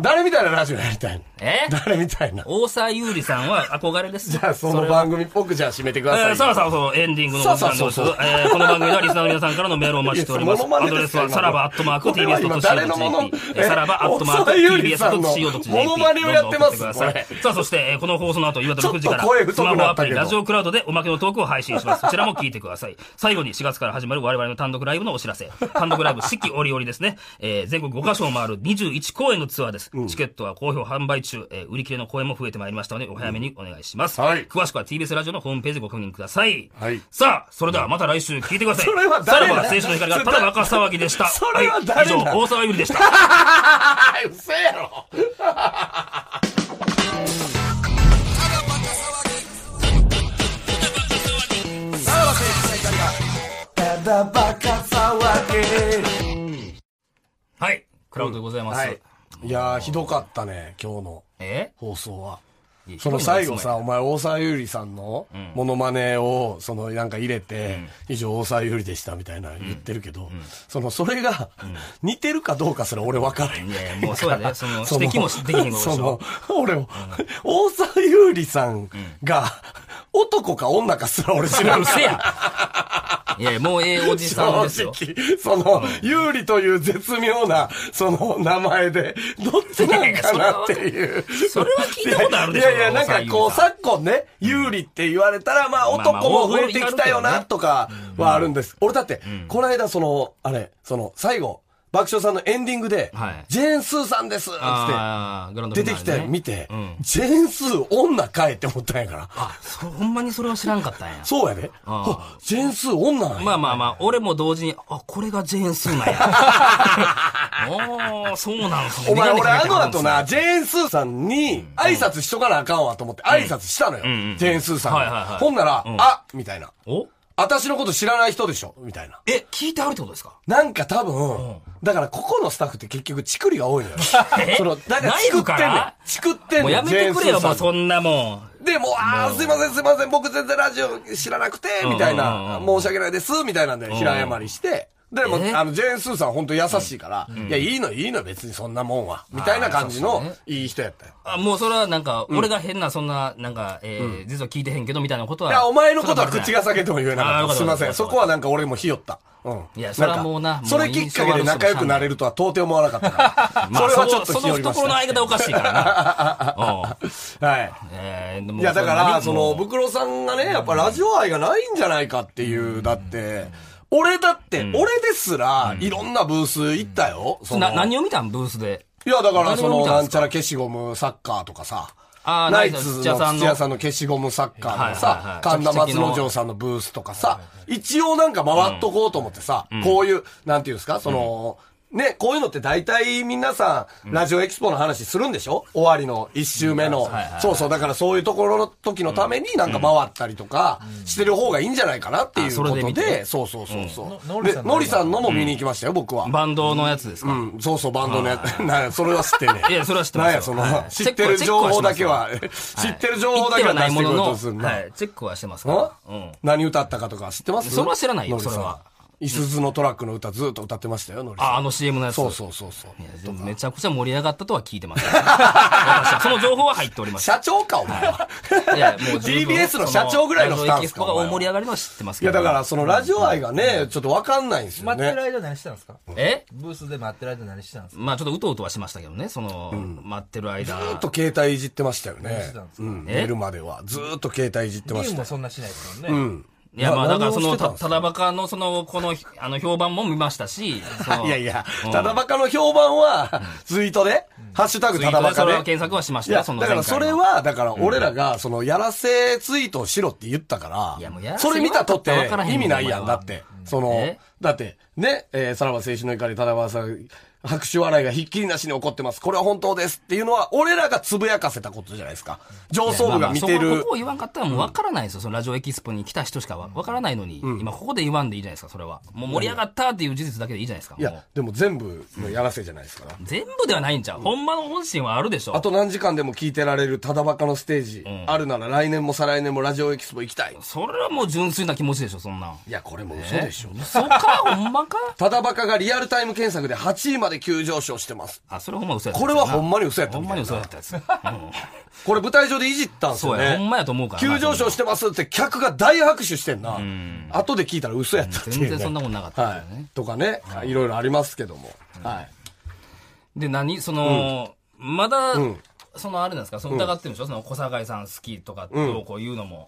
Speaker 5: 誰みたいなラジオやりたいの
Speaker 4: え
Speaker 5: 誰みたいな。
Speaker 4: 大沢優里さんは憧れです。
Speaker 5: じゃあ、そ
Speaker 4: そ
Speaker 5: の
Speaker 4: れは
Speaker 5: 番組っぽくじゃあ締めてください
Speaker 4: え
Speaker 5: よ。
Speaker 4: ー、さあさあそう、エンディングのお時間です。
Speaker 5: さあさあそうそう
Speaker 4: えーこの番組ではリスナーの皆さんからのメールをお待ちしております。
Speaker 5: いやその
Speaker 4: ア
Speaker 5: モノ
Speaker 4: ド
Speaker 5: マネで
Speaker 4: レ
Speaker 5: す
Speaker 4: ス
Speaker 5: よ
Speaker 4: はさらばアットマーク
Speaker 5: これは
Speaker 4: TBS
Speaker 5: 今
Speaker 4: .CO.JP
Speaker 5: 誰のも
Speaker 4: え
Speaker 5: の
Speaker 4: ーさらばアットマーク
Speaker 5: 小沢優里
Speaker 4: TBS
Speaker 5: さんの
Speaker 4: .CO.JP
Speaker 5: モノマネをやってます
Speaker 4: どんどん送ってくださいさあそして、えーこの放送の後夕方6時か
Speaker 5: ちょっと声
Speaker 4: らス
Speaker 5: 太
Speaker 4: マ
Speaker 5: く
Speaker 4: ホ
Speaker 5: な
Speaker 4: ア
Speaker 5: った
Speaker 4: プ
Speaker 5: けど
Speaker 4: リラジオクラウドでおまけのトークを配信します。そちらも聞いてください。最後に4月から始まる我々の単独ライブのお知らせ。単独ライブ四季折々ですね。えー全国5カ所を回る21公演のツアーです。チケットは好評販売中、えー売り切れの公演も増えてまいりましたので、お早めにお願いします。
Speaker 5: はい
Speaker 4: 詳しくは TBS ラジオのホームページでご確認ください。
Speaker 5: はい
Speaker 4: さあ、それではまた来週聞いてください。
Speaker 5: それは
Speaker 4: さ
Speaker 5: 誰
Speaker 4: ら
Speaker 5: だ
Speaker 4: ば青春の光がただバカ騒ぎでした。
Speaker 5: それは
Speaker 4: い
Speaker 5: 誰だ
Speaker 4: 以上、大沢ゆりでした。
Speaker 5: あ ーうせえやろただバカ騒げ
Speaker 4: はい。クラウドでございます。
Speaker 5: はいいやーひどかったね今日の
Speaker 4: え
Speaker 5: 放送はい
Speaker 4: や
Speaker 5: その最後さ、お前、大沢優里さんのモノマネを、そのなんか入れて、以上、大沢優里でしたみたいな言ってるけど、その、それが、似てるかどうかすら俺分からへん。
Speaker 4: いやいやもうそうや でその
Speaker 5: そ
Speaker 4: 指摘もできへんことでしょ
Speaker 5: その、俺、大沢優里さんが、男か女かすら俺知ら
Speaker 4: う
Speaker 5: ん
Speaker 4: るせえや。いやいやもうええおじさんです
Speaker 5: 正
Speaker 4: よ。
Speaker 5: 直、その、有利という絶妙な、その名前で、どっちなんかなっていう。
Speaker 4: それは聞いたことあるでしょ
Speaker 5: いやいや、なんかこう、
Speaker 4: さ
Speaker 5: 昨今ね、有利って言われたら、まあ
Speaker 4: まあまあ
Speaker 5: 男も増えてきたよ
Speaker 4: おる
Speaker 5: な、
Speaker 4: ね
Speaker 5: とかはあるんです。俺だって、この間その、あれ、その、最後、爆笑さんのエンディングで
Speaker 4: はい、
Speaker 5: ジェーン・スーさんですっつっ
Speaker 4: あーグランド
Speaker 5: て、
Speaker 4: フ
Speaker 5: 出
Speaker 4: ィ
Speaker 5: て
Speaker 4: ナーレ
Speaker 5: き
Speaker 4: ね
Speaker 5: て見て
Speaker 4: うん、
Speaker 5: ジェーン・スー女かいって思ったんやから。
Speaker 4: あ、そうほんまにそれは知らんかったんや。
Speaker 5: そうやで。
Speaker 4: あ
Speaker 5: あジェーン・スー女なんや
Speaker 4: まあまあまあ、俺も同時に、あ、これがジェーン・スー なんや。おー、そうなんすね
Speaker 5: お前、俺あの
Speaker 4: 眼鏡かけては
Speaker 5: 後、
Speaker 4: る
Speaker 5: な、
Speaker 4: んすね
Speaker 5: ジェーン・スーさんに挨拶しとかなあかんわと思って挨拶したのよ。
Speaker 4: ん
Speaker 5: ジェーン・スーさんに、
Speaker 4: はいはいはい
Speaker 5: ほんなら、
Speaker 4: うん
Speaker 5: あみたいな。
Speaker 4: お
Speaker 5: 私のこと知らない人でしょみたいな。
Speaker 4: え、聞いてあるってことですか
Speaker 5: なんか多分、だからここのスタッフって結局チクリが多いの よ。その、だから
Speaker 4: 内
Speaker 5: チク
Speaker 4: 部
Speaker 5: って
Speaker 4: か
Speaker 5: んねん
Speaker 4: ら。
Speaker 5: チクってんねん。
Speaker 4: もうやめてくれよ、
Speaker 5: ジェー
Speaker 4: も
Speaker 5: ン
Speaker 4: う
Speaker 5: スーさん
Speaker 4: そんなもん。
Speaker 5: で、もう、あーすいませんすいません、僕全然ラジオ知らなくて、みたいな、
Speaker 4: うんうんうん
Speaker 5: 申し訳ないです、みたいなんで、平謝りして、でも、
Speaker 4: え
Speaker 5: あの、ジェーン・スーさん本当優しいから、いや、いいのいいの別にそんなもんは、みたいな感じ
Speaker 4: あーそう
Speaker 5: の
Speaker 4: です、
Speaker 5: いい人やったよ。
Speaker 4: あ、もうそれはなんか、俺が変な、そんな、なんか、えー実は聞いてへんけど、みたいなことは。
Speaker 5: いや、お前のことは口が裂けても言えな
Speaker 4: あー
Speaker 5: か
Speaker 4: よ
Speaker 5: っ
Speaker 4: かった
Speaker 5: た。すいませ
Speaker 4: よか
Speaker 5: ん。
Speaker 4: った
Speaker 5: そこはなんか俺もひよった。うん。
Speaker 4: いやそれは
Speaker 5: んか
Speaker 4: もうなもう
Speaker 5: それきっかけで仲良くなれるとは到底思わなかったから。
Speaker 4: まあ、
Speaker 5: それはちょっと
Speaker 4: そ
Speaker 5: ひよ
Speaker 4: の
Speaker 5: りまし
Speaker 4: 懐の
Speaker 5: た。
Speaker 4: 相方おかしいから な。おう
Speaker 5: はい。
Speaker 4: えーでも
Speaker 5: いや、だから、その、
Speaker 4: もう
Speaker 5: ブクロさんがね、やっぱラジオ愛がないんじゃないかっていう、だって、俺だって、俺ですら、いろんなブース行ったよ。その
Speaker 4: な何を見たんブースで。
Speaker 5: いや、だから、そ
Speaker 4: 何を
Speaker 5: の、
Speaker 4: 見たんですか
Speaker 5: なんちゃら消しゴムサッカーとかさ、
Speaker 4: あー
Speaker 5: ナイツの
Speaker 4: ナイツの土屋さんの
Speaker 5: 土屋さんの消しゴムサッカーの
Speaker 4: はいはいは
Speaker 5: さ
Speaker 4: い、
Speaker 5: 神田松之丞さんのブースとかさ、一応なんか回っとこうと思ってさ、こういう、なんていうんですか、その、ね、こういうのって大体皆さん、ラジオエキスポの話するんでしょ終わりの一周目の
Speaker 4: はいはいは。い
Speaker 5: そうそう、だからそういうところの時のためになんか回ったりとかしてる方がいいんじゃないかなっていうこ
Speaker 4: あそれで
Speaker 5: と
Speaker 4: 見て
Speaker 5: で、そうそうそうそう。
Speaker 3: の
Speaker 5: で、
Speaker 3: の
Speaker 5: の
Speaker 3: り
Speaker 5: り
Speaker 3: さ
Speaker 5: さ
Speaker 3: ん
Speaker 5: んのも見に行きましたよ、僕は。
Speaker 4: バンドのやつですか。
Speaker 5: うん、そうそう、バンドのやつ。なんやそれは知ってね。
Speaker 4: いやそれは知ってますよ
Speaker 5: なんや、その、
Speaker 4: はい
Speaker 5: 知ってる情報だけは、知ってる情報だけ
Speaker 4: 言
Speaker 5: は出
Speaker 4: ってはない
Speaker 5: し
Speaker 4: も
Speaker 5: てく
Speaker 4: の
Speaker 5: れ
Speaker 4: の、
Speaker 5: とするな。
Speaker 4: はい、チェックはしてますか
Speaker 5: ん
Speaker 4: ら。うん。
Speaker 5: 何歌ったかとか知ってます
Speaker 4: それは知らないよ
Speaker 5: のりさん
Speaker 4: それは。
Speaker 5: いすずのトラックの歌ずっと歌ってましたよ、のりさん。
Speaker 4: あ、あの CM のやつ。
Speaker 5: そうそうそうそう。
Speaker 4: いやでもめちゃくちゃ盛り上がったとは聞いてます。 私はその情報は入っております。
Speaker 5: 社長か、お前は。
Speaker 4: いや もう十分
Speaker 5: TBS の社長ぐらいのスタンス
Speaker 4: ラ
Speaker 5: か
Speaker 4: ジオエキスポが大盛り上がりのは知ってます
Speaker 5: い
Speaker 4: け
Speaker 5: や、
Speaker 4: ど。
Speaker 5: だから、そのラジオ愛がね、ちょっとわかんないんですよ
Speaker 3: 待って
Speaker 5: ね。
Speaker 3: る間何してたんですか
Speaker 4: え
Speaker 3: ブースで待ってる間何してたんですか
Speaker 4: まあちょっとうとうとはしましたけどね、その、待ってる間。
Speaker 5: ずっと携帯いじってましたよ
Speaker 3: 何
Speaker 5: ね
Speaker 3: してたんで。す
Speaker 5: う
Speaker 3: か
Speaker 5: ん、
Speaker 4: え
Speaker 5: 寝るまでは。ずっと携帯いじってま
Speaker 3: 理
Speaker 5: し
Speaker 3: 由
Speaker 5: た
Speaker 3: も
Speaker 5: よ。
Speaker 3: そんなしないですもんね。
Speaker 4: いや、まあ、
Speaker 5: な
Speaker 4: だから、そ
Speaker 5: 何
Speaker 4: の、
Speaker 5: をしてた
Speaker 4: た、
Speaker 5: んですか
Speaker 4: ただばかの、その、この、あの、評判も見ましたし、その
Speaker 5: いやいや
Speaker 4: う、ん
Speaker 5: ただばかの評判は、ツイートで、ハッシュタグ
Speaker 4: ツイ
Speaker 5: た
Speaker 4: ート
Speaker 5: だば
Speaker 4: で
Speaker 5: か
Speaker 4: そ
Speaker 5: で
Speaker 4: れ。は検索はしまし
Speaker 5: い
Speaker 4: たよ
Speaker 5: や、
Speaker 4: その
Speaker 5: だからそれ
Speaker 4: 前回の
Speaker 5: は、だから俺らが、その、やらせツイートをしろって言ったから、
Speaker 4: いやもうやらせ
Speaker 5: それ見たとって
Speaker 4: は分からへんもん
Speaker 5: 意味ないや
Speaker 4: お前
Speaker 5: ん、だ
Speaker 4: は
Speaker 5: って。その
Speaker 4: え、
Speaker 5: だって、ね、えーさらば青春の怒り、ただばさん、拍手笑いがひっきりなしに起こってます。これは本当ですっていうのは、俺らがつぶやかせたことじゃないですか。上層部が見て
Speaker 4: いやまあまあそこ
Speaker 5: る
Speaker 4: こ。こを言わんかったらもう分からないですよ。そのラジオエキスポに来た人しかわ分からないのに、今ここで言わんでいいじゃないですか、それは。もう盛り上がったっていう事実だけでいいじゃないですか。
Speaker 5: い
Speaker 4: もう
Speaker 5: や、でも全部のやらせじゃないですから。
Speaker 4: 全部ではないんちゃう。ほんまの本心はあるでし
Speaker 5: あ
Speaker 4: ょ。
Speaker 5: と何時間でも聞いてられるただばかのステージ、
Speaker 4: ん
Speaker 5: あるなら来年も再来年もラジオエキスポ行きたい。
Speaker 4: それはもう純粋な気持ちでしょ、そんなん。
Speaker 5: いや、これもう嘘でしょ。
Speaker 4: 嘘か、ほんまか。
Speaker 5: ただバカがリアルタイム検索で8位まで急上昇してます。
Speaker 4: あ、それはほんま嘘やった
Speaker 5: これはほんまに嘘やった
Speaker 4: ほ
Speaker 5: み
Speaker 4: ん
Speaker 5: た
Speaker 4: ま
Speaker 5: い
Speaker 4: に嘘
Speaker 5: な。
Speaker 4: やったやつ。うん
Speaker 5: これ舞台上でいじったんです
Speaker 4: そ
Speaker 5: よ
Speaker 4: うや、ほん
Speaker 5: ね。
Speaker 4: まやと思うからな。
Speaker 5: 急上昇してますって客が大拍手してんな。後で聞いたら嘘やったっていう、ね。
Speaker 4: 全然そんなことなかったですよね
Speaker 5: はい。とかね、い、ろいろありますけども。はい。
Speaker 4: で、何その、まだ、そのあれなんですかその疑ってるんでしょ、その小堺さん好きとかってどうこう言うのも。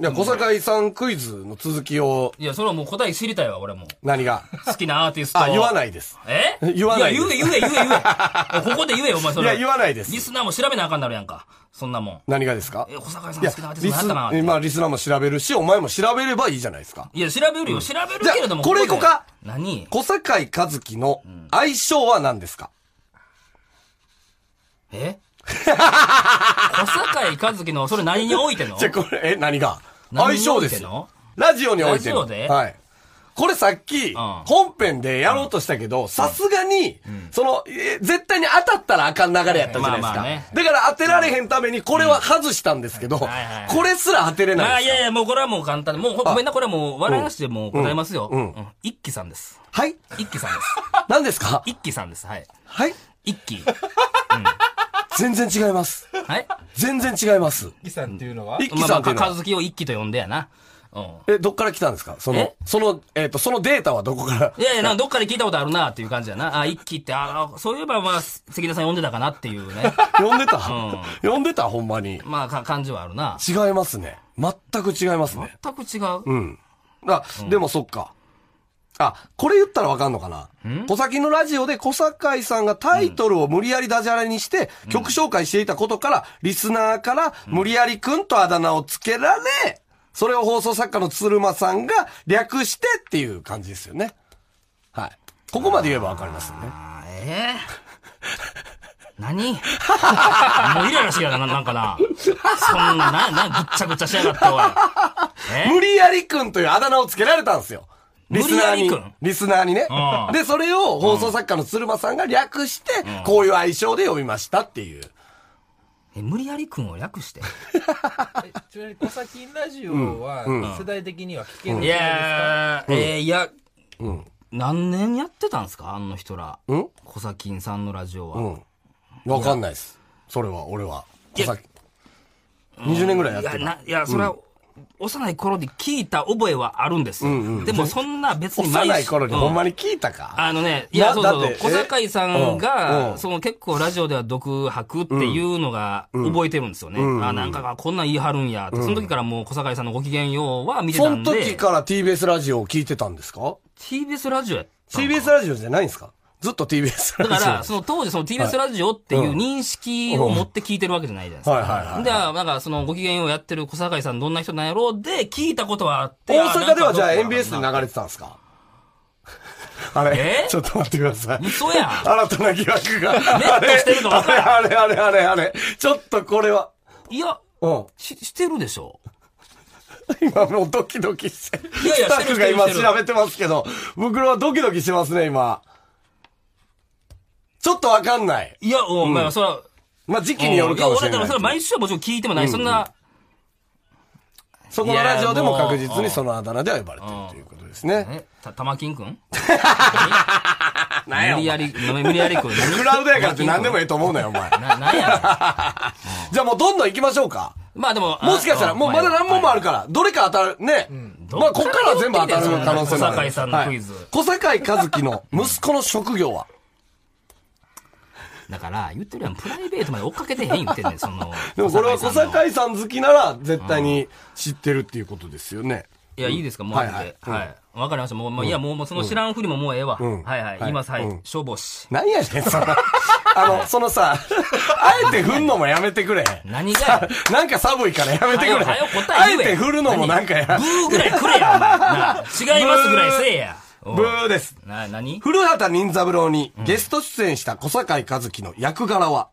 Speaker 5: いや、小堺さんクイズの続きを、
Speaker 4: いや、それはもう答え知りたいわ、俺 も。
Speaker 5: 何が。
Speaker 4: 好きなアーティスト。。
Speaker 5: あ、言わないいです。
Speaker 4: え
Speaker 5: 言わない
Speaker 4: いや、言え、言え、言え、言え。 ここで言えよ、お前そ
Speaker 5: い
Speaker 4: れ。
Speaker 5: や、言わないで
Speaker 4: リ
Speaker 5: す。
Speaker 4: スナーも調べなあかんなるやんか。そんなもん。
Speaker 5: 何がですか
Speaker 4: え、小堺さん
Speaker 5: いや
Speaker 4: 好きなアー、ティ
Speaker 5: リ
Speaker 4: スト何やった
Speaker 5: ス、
Speaker 4: かなって
Speaker 5: まあ、リスナーも調べるし、お前も調べればいいじゃないですか。
Speaker 4: いや、調べるよ、調べるけれども。
Speaker 5: じゃあこれ
Speaker 4: で
Speaker 5: 行こうか
Speaker 4: 何
Speaker 5: 小堺一樹の相性は何ですか、
Speaker 4: え 小堺一樹の、それ何においての
Speaker 5: じゃ、これ、え、何が相
Speaker 4: 何に
Speaker 5: 性
Speaker 4: おい
Speaker 5: で
Speaker 4: て
Speaker 5: すよ
Speaker 4: の。
Speaker 5: ラジオにおいての
Speaker 4: ラジオで
Speaker 5: はい。これさっき、本編でやろうとしたけど、さすがに、その、え絶対に当たったらあかん流れやったじゃないです
Speaker 4: まあ
Speaker 5: か。
Speaker 4: まあね
Speaker 5: だから当てられへんために、これは外したんですけど、
Speaker 4: んはいはいはい
Speaker 5: これすら当てれ
Speaker 4: ま
Speaker 5: な
Speaker 4: あ、
Speaker 5: い
Speaker 4: い
Speaker 5: です
Speaker 4: や
Speaker 5: か
Speaker 4: いや、もうこれはもう簡単に。もうほごめんな、これはもう笑いなしでもう答えますよ。うん。一輝さんです。
Speaker 5: はい
Speaker 4: 一輝さんです。
Speaker 5: 何ですか
Speaker 4: 一輝さんです。はい。
Speaker 5: はい
Speaker 4: 一輝。
Speaker 5: 全然違います。
Speaker 4: はい。
Speaker 5: 全然違います。
Speaker 3: イキさんっていうのは
Speaker 5: 一輝
Speaker 4: まあ
Speaker 5: さ
Speaker 4: まあ、
Speaker 5: んって
Speaker 4: か
Speaker 5: いうのは
Speaker 4: かずきを一輝と呼んでやな。うん。
Speaker 5: え、どっから来たんですかその
Speaker 4: え、
Speaker 5: その、えっと、そのデータはどこから
Speaker 4: いやいや、なんかどっかで聞いたことあるなっていう感じやな。あ、一期って、ああ、そういえばまあ、関田さん呼んでたかなっていう ね。
Speaker 5: 呼んでた呼んでたほんまに。
Speaker 4: まあ、か感じはあるな。
Speaker 5: 違いますね。全く違いますね。
Speaker 4: 全く違
Speaker 5: う
Speaker 4: う。
Speaker 5: ん。あ、でもそっか。あ、これ言ったらわかんのかな小崎のラジオで小堺さんがタイトルを無理やりダジャレにして、曲紹介していたことから、リスナーから無理やりくんとあだ名をつけられ、それを放送作家の鶴間さんが略してっていう感じですよね。はい。ここまで言えばわかりますよね。
Speaker 4: あえー何 もうイライラしてきたな、なんかな。そんな、な、な、ぐっちゃぐちゃしやがって、おい。え
Speaker 5: 無理やりくんというあだ名をつけられたんですよ。リスナーに
Speaker 4: 無理やりくん。
Speaker 5: リスナーにね
Speaker 4: う。ん
Speaker 5: で、それを放送作家の鶴間さんが略して、こういう愛称で呼びましたっていう。
Speaker 4: え無理やりくんを略して。
Speaker 3: えちなみに、小崎ラジオは、世代的には聞けない
Speaker 4: い
Speaker 3: じゃないですか。
Speaker 4: やー、えー、いや、何年やってたんすかあの人ら。
Speaker 5: ん
Speaker 4: 小崎さんのラジオは。
Speaker 5: うん。わかんないです。それは、俺は。
Speaker 4: いや
Speaker 5: 小崎20年ぐらいやって
Speaker 4: いや、
Speaker 5: る。
Speaker 4: ないや、それは、幼い頃で聞いた覚えはあるんです。でも、そんな別に
Speaker 5: 幼い頃に
Speaker 4: うん
Speaker 5: ほんまに聞いたか
Speaker 4: あのね、い
Speaker 5: な
Speaker 4: や、そうそう
Speaker 5: だ
Speaker 4: そ
Speaker 5: っ
Speaker 4: う。
Speaker 5: て
Speaker 4: 小堺さん
Speaker 5: えうん
Speaker 4: が、その結構ラジオでは独白っていうのが覚えてるんですよね。あ、なんかがこんなん言い張るんやって。その時からもう小堺さんのご機嫌ようは見てた
Speaker 5: そ
Speaker 4: ん
Speaker 5: の時
Speaker 4: で、
Speaker 5: から TBS ラジオを聞いてたんですか
Speaker 4: TBS ラジオやったんか
Speaker 5: ?TBS ラジオじゃないんですかずっと TBS ラ
Speaker 4: だ
Speaker 5: ジオ。
Speaker 4: から、その当時その TBS ラジオっていう認識を持って聞いてるわけじゃないじゃないです
Speaker 5: はいはいはいは
Speaker 4: か
Speaker 5: い。
Speaker 4: で、あなんかそのご機嫌をやってる小堺さんどんな人なんやろうで聞いたことはあって。
Speaker 5: 大阪ではじゃあ
Speaker 4: あなんか
Speaker 5: NBS で流れてたんですかあれ
Speaker 4: え
Speaker 5: ちょっと待ってください。
Speaker 4: 嘘やん
Speaker 5: 新たな疑惑が。
Speaker 4: ネットしてるの分からん
Speaker 5: あれあれあれあれあれ。ちょっとこれは。
Speaker 4: いや、
Speaker 5: うん。
Speaker 4: し、してるでしょ。
Speaker 5: 今もうドキドキして。
Speaker 4: いやいや
Speaker 5: スタッフ
Speaker 4: し
Speaker 5: が
Speaker 4: てる
Speaker 5: 今
Speaker 4: してるしてる
Speaker 5: 調べてますけど、僕らはドキドキしてますね、今。ちょっとわかんない。
Speaker 4: いや、お前はそら、
Speaker 5: まあ、時期によるかもしれ
Speaker 4: や俺だ
Speaker 5: な
Speaker 4: ら
Speaker 5: い
Speaker 4: そ。れ毎週はもちろん聞いてもない。そんな、
Speaker 5: そこのラジオでも
Speaker 4: いやもう
Speaker 5: 確実にそのあだ名では呼ばれてるということですね。
Speaker 4: え、た、玉金くん
Speaker 5: 無
Speaker 4: 無理やり、無理やりくん。
Speaker 5: クラウドやからって何でもえ
Speaker 4: い
Speaker 5: えと思うなよ、お前。
Speaker 4: な、なんや
Speaker 5: じゃあもうどんどん行きましょうか。
Speaker 4: ろまあでも、あ
Speaker 5: もしかしたら、
Speaker 4: あ
Speaker 5: もうまだ何問もあ
Speaker 4: は
Speaker 5: る
Speaker 4: い
Speaker 5: から、どれか当たる、ね。まあ、こっからは全部当たる可能性もある。
Speaker 4: 小堺さんのクイズ
Speaker 5: はい小堺一樹の息子の職 業は
Speaker 4: だから、言ってるやん、プライベートまで追っかけてへん言ってんねん、その。
Speaker 5: でもこれは小
Speaker 4: さんの
Speaker 5: 堺さん好きなら、絶対に知ってるっていうことですよね。
Speaker 4: いや、いいですか、もう後で。
Speaker 5: は
Speaker 4: はいい
Speaker 5: はい
Speaker 4: はい。わかりました。もう、もういや、もう、もうその知らんふりももうええわ。
Speaker 5: ん
Speaker 4: はいはい。
Speaker 5: はい
Speaker 4: 言います、は
Speaker 5: うん
Speaker 4: い。消防士。
Speaker 5: 何やねん、その。 あの、そのさ、あえて振んのもやめてくれ。
Speaker 4: 何が
Speaker 5: なんか寒いからやめてくれ。
Speaker 4: はよはよ答
Speaker 5: あ
Speaker 4: え
Speaker 5: え
Speaker 4: 言え
Speaker 5: て振るのもなんかや
Speaker 4: ブ。ーぐらいくれや、お前。なあ違いますぐらいせえや。おう
Speaker 5: ブーです。
Speaker 4: な、何
Speaker 5: 古畑任三郎にゲスト出演した小堺一樹の役柄は、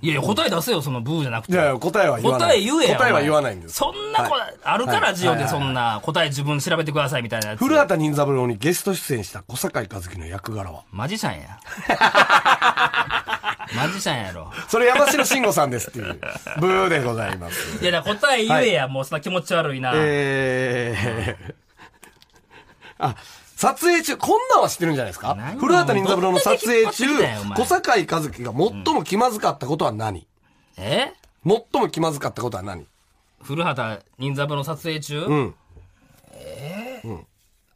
Speaker 4: いやいや、答え出せよ、そのブーじゃなくて。
Speaker 5: いやいや答えは言わな
Speaker 4: 答
Speaker 5: い
Speaker 4: え言えや。
Speaker 5: 答
Speaker 4: お
Speaker 5: えは
Speaker 4: 前
Speaker 5: 言わないんです
Speaker 4: そんなこ
Speaker 5: は
Speaker 4: あるか
Speaker 5: は
Speaker 4: ら、
Speaker 5: い
Speaker 4: ジオ
Speaker 5: は
Speaker 4: で
Speaker 5: い
Speaker 4: そんな答え自分調べてくださいみたいなやつ。
Speaker 5: 古畑任三郎にゲスト出演した小堺一樹の役柄は
Speaker 4: マジシャンや。 マジシャンやろ。
Speaker 5: それ山城慎吾さんですって いう、ブーでございます。
Speaker 4: いや、だから答え言えや、もうそんな気持ち悪いな。
Speaker 5: えー、あ、撮影中、こんなんは知ってるんじゃないですか
Speaker 4: 何
Speaker 5: 古畑任三郎の撮影中
Speaker 4: どんだけ引っ張ってきたんやお、前
Speaker 5: 小堺一樹が最も気まずかったことは何、
Speaker 4: え
Speaker 5: 最も気まずかったことは何
Speaker 4: 古畑任三郎の撮影中、
Speaker 5: ん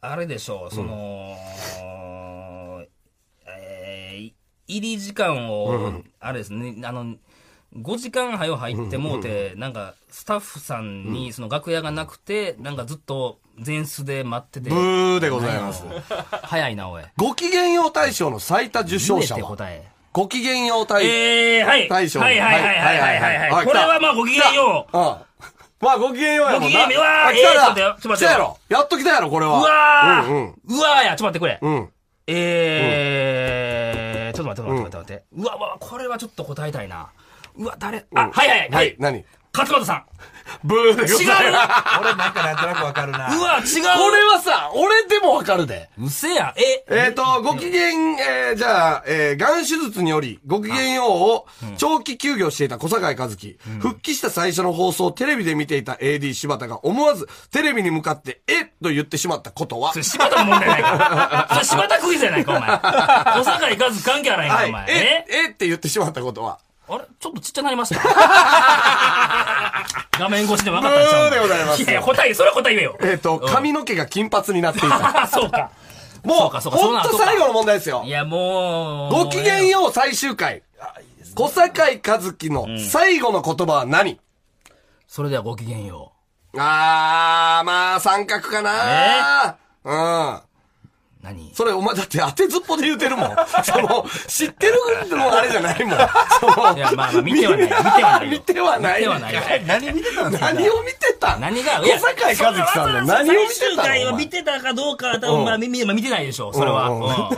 Speaker 4: あれでしょう、その、えー入り時間を、あれですね、あの、5時間はよ入ってもうて、なんか、スタッフさんに、その楽屋がなくて、なんかずっと前室で待ってて。
Speaker 5: ブーでございます
Speaker 4: なんや早いな、おい。
Speaker 5: ご機嫌よう大賞の最多受賞
Speaker 4: 言え
Speaker 5: 者
Speaker 4: て
Speaker 5: は
Speaker 4: 答え。
Speaker 5: ご機嫌よう大賞。
Speaker 4: えー、はい。は
Speaker 5: 大
Speaker 4: い
Speaker 5: 将
Speaker 4: はいはいはいはいはいはい。これはまあごきげんよう。
Speaker 5: う。あまあ、ご機嫌ようやも
Speaker 4: ご
Speaker 5: んな。
Speaker 4: 機嫌ようわー
Speaker 5: あ来た
Speaker 4: えーちょっ
Speaker 5: な
Speaker 4: とよちょっと
Speaker 5: 来
Speaker 4: 待って
Speaker 5: たやろ。やっと来たやろ、これは。
Speaker 4: うわー、
Speaker 5: う
Speaker 4: うん
Speaker 5: うん
Speaker 4: わーや、ちょっと待ってくれ。
Speaker 5: うん。
Speaker 4: えー、ちょっと待って、待って、待って、待って。うわ、うわ、これはちょっと答えたいな。うわ、誰あ、はいはいはい。
Speaker 5: 何
Speaker 4: 勝俣さ
Speaker 5: ブーでご
Speaker 4: ん。違う
Speaker 5: ざいます。
Speaker 3: 俺なんかなんとなくわかるな。
Speaker 4: うわ、違
Speaker 5: こ
Speaker 4: う
Speaker 5: れはさ、俺でもわかるで。
Speaker 4: うせや。え、
Speaker 5: えっ、と、ご機嫌、えー、じゃあ、えー、癌手術により、ご機嫌ようを長期休業していた小坂井和樹、復帰した最初の放送をテレビで見ていた AD 柴田が思わずテレビに向かって、えっと言ってしまったことは
Speaker 4: それ、柴田の問題やないか。それ柴田クイズやないか、お前。小坂行かず関係あらへんか、
Speaker 5: は
Speaker 4: お
Speaker 5: い
Speaker 4: 前。、
Speaker 5: え
Speaker 4: え
Speaker 5: えって言ってしまったことは
Speaker 4: あれちょっとちっちゃなりました 画面越しで分かったんちゃう
Speaker 5: ブーでございます
Speaker 4: いやや、答え、それは答え言えよ。
Speaker 5: えっと、髪の毛が金髪になっていた。
Speaker 4: あ、そうか。そ
Speaker 5: も
Speaker 4: う
Speaker 5: う、
Speaker 4: かそうか
Speaker 5: ほん
Speaker 4: そ
Speaker 5: と
Speaker 4: うな
Speaker 5: 最後の問題ですよ
Speaker 4: い。や、もう。
Speaker 5: ごきげんよう最終回。小坂井和樹の最後の言葉は何、
Speaker 4: それではごきげんよ
Speaker 5: あー、まあ、三角かな、うん。
Speaker 4: う。何
Speaker 5: それ、お前、だって当てずっぽで言うてるもん。 その、知ってるのあれじゃないもん。その
Speaker 4: いや、まあまあ、見てはない。見てはないよ。
Speaker 5: 見
Speaker 4: 見てはな
Speaker 5: てはない
Speaker 4: いよ。
Speaker 3: 何見てたんですか
Speaker 5: 何を見てた
Speaker 4: 何が、
Speaker 5: 小坂井和樹さんの何を見て
Speaker 4: 最終
Speaker 5: た
Speaker 4: 回
Speaker 5: のお
Speaker 4: は
Speaker 5: 前
Speaker 4: 見てたかどうかは多分まあ見見見てないでしょう、それは。
Speaker 5: う
Speaker 4: うん
Speaker 5: う
Speaker 4: んう
Speaker 5: ん
Speaker 4: ん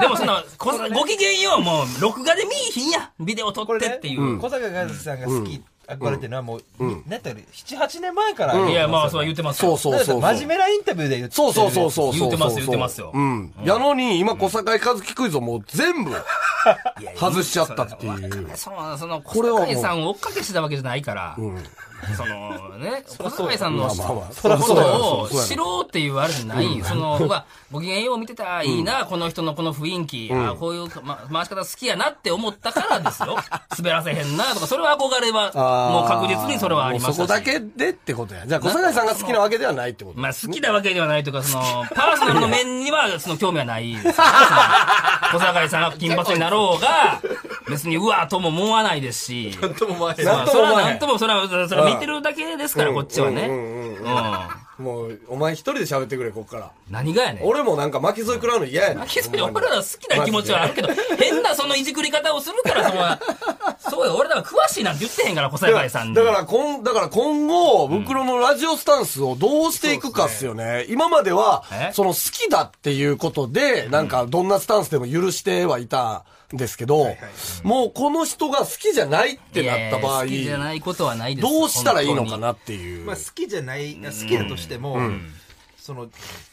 Speaker 4: でもそんな、こご機嫌ようもう、録画で見いひんや。ビデオ撮
Speaker 3: こ
Speaker 4: っ
Speaker 3: れ
Speaker 4: て
Speaker 3: ね
Speaker 4: ってい
Speaker 3: うん
Speaker 4: う。
Speaker 3: 小坂和樹さんが好き、憧れてるのはもう、何だったら78年前からあるよ
Speaker 4: いや、まあ、そうは言ってます
Speaker 5: そ
Speaker 4: よ
Speaker 5: うそう
Speaker 3: だ
Speaker 5: そう
Speaker 3: って
Speaker 5: そう。
Speaker 3: 真面目なインタビューで言ってる
Speaker 5: そ
Speaker 3: や
Speaker 5: う
Speaker 3: つ
Speaker 5: そうそうそうそう。
Speaker 4: 言ってます言ってますよ
Speaker 5: うん。やのに、今、小坂井和樹クイズをもう全部、外しちゃったっていう。
Speaker 4: その、その、
Speaker 5: こ
Speaker 4: 小
Speaker 5: れはもう
Speaker 4: 坂井さんを追っかけしてたわけじゃないから、その ね、小坂井さんの
Speaker 5: まあまあ
Speaker 4: そのこ
Speaker 5: そりゃそうだ
Speaker 4: と
Speaker 5: よ
Speaker 4: を知ろうっていうあれじゃない、そ の、うわ、ご機嫌よう見てた、いいな、この人のこの雰囲気、あーこういうか、ま、回し方好きやなって思ったからです よ。滑らせへんなとか、それは憧れは、もう
Speaker 5: あー
Speaker 4: 確実にそれはありましたし
Speaker 5: もうそこだけでってことや。じゃあ、小坂井さんが好きなわけではないってこと。
Speaker 4: まあ好きなわけではないというか、そ の、パーソナルの面には、その興味はないですね。その小坂井さんが金髪になろうが、別にうわーとも思わないですし。なんとも思わない。
Speaker 5: なんと
Speaker 4: そ
Speaker 5: も
Speaker 4: れ
Speaker 5: 思
Speaker 4: は
Speaker 5: わない
Speaker 4: なんとも、それは、それは見てるだけですから、こっちはね。
Speaker 5: う
Speaker 4: うん
Speaker 5: うんうん
Speaker 4: ん。
Speaker 5: もう、お前一人で喋ってくれ、こっから。
Speaker 4: 何がやねん。
Speaker 5: 俺もなんか巻き添え食らうの嫌やねん。
Speaker 4: 負けずに俺らの好きな気持ちはあるけど、変なそのいじくり方をするから、その、そうよ、俺らは詳しいなんて言ってへんから、小坂井さんに。
Speaker 5: だから、こん、だから今後、袋のラジオスタンスをどうしていくかっすよね。今までは
Speaker 4: え、
Speaker 5: その好きだっていうことで、なんかどんなスタンスでも許してはいたんですけど、もうこの人が好きじゃないってなった場合
Speaker 4: いやいや好、きじゃないことはないです。
Speaker 5: どうしたらいいのか
Speaker 4: 本
Speaker 5: なっていう。
Speaker 3: まあ、好きじゃない好きだとしても、その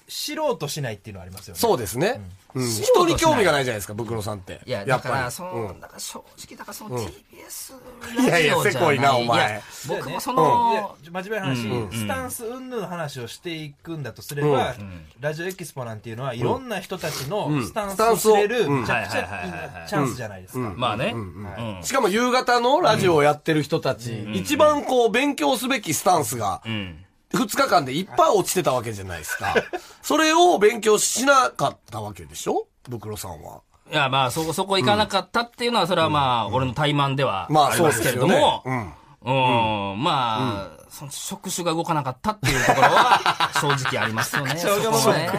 Speaker 3: 知ろうとしないっていうのはありますよね
Speaker 5: そうですね。うん
Speaker 4: 素
Speaker 5: 人
Speaker 4: 人
Speaker 5: に
Speaker 4: しない
Speaker 5: 興味がないじゃないですか、袋さんって。
Speaker 4: いや、
Speaker 5: や
Speaker 4: だ
Speaker 5: っ
Speaker 4: か
Speaker 5: ぱ
Speaker 4: ら、
Speaker 5: り
Speaker 4: その、だから正直、だからその TBS
Speaker 5: いや
Speaker 4: ラ
Speaker 5: い
Speaker 4: ジ
Speaker 5: や
Speaker 4: オじ
Speaker 5: せ
Speaker 4: ゃ
Speaker 5: こ
Speaker 4: ない
Speaker 5: いなお前
Speaker 4: いや僕もそ
Speaker 3: で
Speaker 4: の、
Speaker 3: 真面目な話、スタンス云々の話をしていくんだとすれば、ラジオエキスポなんていうのはいろんな人たちのスタンスを知れる
Speaker 5: うん
Speaker 3: めちゃくち
Speaker 4: はいはいはい
Speaker 3: ゃ
Speaker 4: はい
Speaker 3: いいチャンスじゃないですか、
Speaker 4: まあね、
Speaker 3: はい
Speaker 4: うん
Speaker 5: しかも夕方のラジオをやってる人たち、一番こう勉強すべきスタンスが、
Speaker 4: うん。
Speaker 5: 2日間でいっぱい落ちてたわけじゃないですか。それを勉強しなかったわけでしょ袋さんは。
Speaker 4: いや、まあ、そこ、そこ行かなかったっていうのは、それはまあ、俺の怠慢では
Speaker 5: まあ
Speaker 4: ありますけれど
Speaker 5: そうです
Speaker 4: も
Speaker 5: よ、ね
Speaker 4: うんうんまあ、その触手が動かなかったっていうところは、正直ありますよ ね。そこはね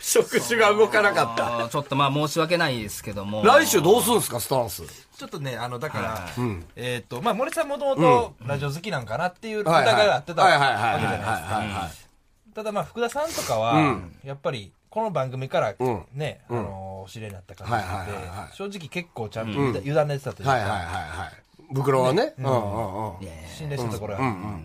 Speaker 5: 職種が動かなかった。
Speaker 4: うんちょっとまあ、申し訳ないですけども。
Speaker 5: 来週どうするんですか、スタンス。
Speaker 3: ちょっとねあのだから、えっ、とまあ森さんもともとラジオ好きなんかなっていう疑いがあってたわ
Speaker 5: はい
Speaker 3: けじ
Speaker 5: はいはい
Speaker 3: ゃないですか、
Speaker 5: はいはい。
Speaker 3: ただまあ福田さんとかは、やっぱりこの番組からね、あのーお知りになった方なので、
Speaker 5: はいはいはいはい
Speaker 3: 正直結構ちゃんと委ね委ねてたというか、
Speaker 5: はいはいはいはい。袋はね。うんうんうん。
Speaker 3: 信頼してたところが、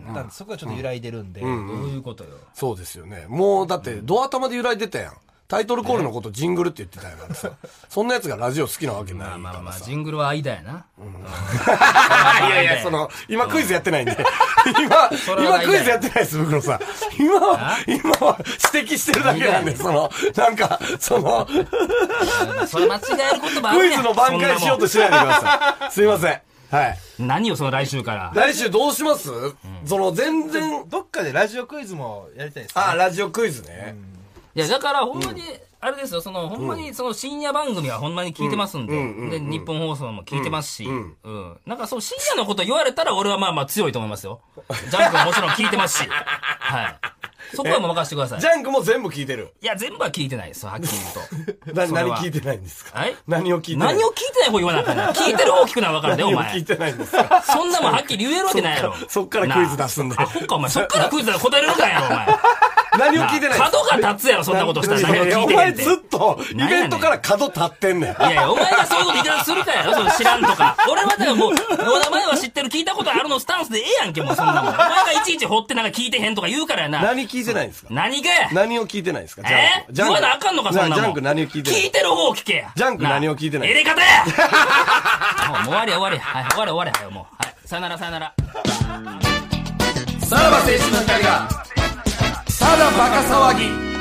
Speaker 3: だからそこはちょっと揺らいでるんで、
Speaker 4: どういうことよ。
Speaker 5: そうですよね。もうだって、ドア頭で揺らいでたやん。タイトルコールのことジングルって言ってたやんからさ。そんなやつがラジオ好きなわけない
Speaker 4: まあまあ
Speaker 5: か
Speaker 4: ま
Speaker 5: ら
Speaker 4: あ、
Speaker 5: さ。
Speaker 4: ジングルは間やな。
Speaker 5: いやいや、その、今クイズやってないんで。今、
Speaker 4: れ
Speaker 5: 今
Speaker 4: はないね
Speaker 5: クイズやってないです、袋さん。今は、今は指摘してるだけなんで、その、なんか、その、
Speaker 4: それ間違えることばあ
Speaker 5: ク
Speaker 4: る
Speaker 5: イ
Speaker 4: やん
Speaker 5: ズの挽回しようとしないでください。すいません。はい。
Speaker 4: そんなもん何よ、その来週から。
Speaker 5: 来週どうしますその、全然、
Speaker 3: どっかでラジオクイズもやりたいですね
Speaker 5: あ、ラジオクイズね。
Speaker 4: いや、だから、ほんまに、あれですよ、その、ほんまに、その深夜番組はほんまに聞いてますんで、で、日本放送も聞いてますし、うん。なんか、そう、深夜のこと言われたら、俺はまあまあ強いと思いますよ。ジャンクももちろん聞いて ますし、はい。そこはもう任せてください
Speaker 5: ジ。ャンクも全部聞いてる。
Speaker 4: いや、全部は聞いてないですよ、はっきり言うと。
Speaker 5: な、
Speaker 4: それ
Speaker 5: 何
Speaker 4: は
Speaker 5: 聞いてないんですか
Speaker 4: はい
Speaker 5: 何を聞いてない
Speaker 4: 何を聞いてない方言わなあかんな。聞いてる方聞くのは分かるで、お
Speaker 5: 何を
Speaker 4: 前
Speaker 5: 聞い。てないんですか
Speaker 4: そんなもんはっきり言えるわけないやろ。
Speaker 5: そっからそっからクイズ出すんで
Speaker 4: なあアホか、お前。そっからクイズ出す答えれるかやろ、お前。
Speaker 5: 何を聞いてないんですか
Speaker 4: 角が立つやろ、そんなことしたら。何を
Speaker 5: いやいや
Speaker 4: 聞い
Speaker 5: お
Speaker 4: てへん
Speaker 5: 前
Speaker 4: って。
Speaker 5: ずっと、イベントから角立ってんねん。
Speaker 4: いやいや、お前がそういうこといたらするからやろ、その知らんとか。俺はだからもう、お名前は知ってる、聞いたことあるのスタンスでええやんけ、もうそんなもん。お前がいちいち掘ってなんか聞いてへんとか言うからやな。
Speaker 5: 何聞いてないんですか
Speaker 4: 何がや
Speaker 5: 何を聞いてないですかジャン
Speaker 4: え
Speaker 5: ク。ジャ
Speaker 4: 言
Speaker 5: ンク
Speaker 4: わなあかんのか、そんなもん。
Speaker 5: ジャンク何を聞いてない
Speaker 4: 聞いてる方を聞けや。
Speaker 5: ジャンク
Speaker 4: な
Speaker 5: 何を聞いてない
Speaker 4: 入れ方や もうもう終わりや終わりや。はい、終わりや終わりやはい、もう。はい、さよならさよなら。
Speaker 5: さらば青春の光が、ただバカ騒ぎ。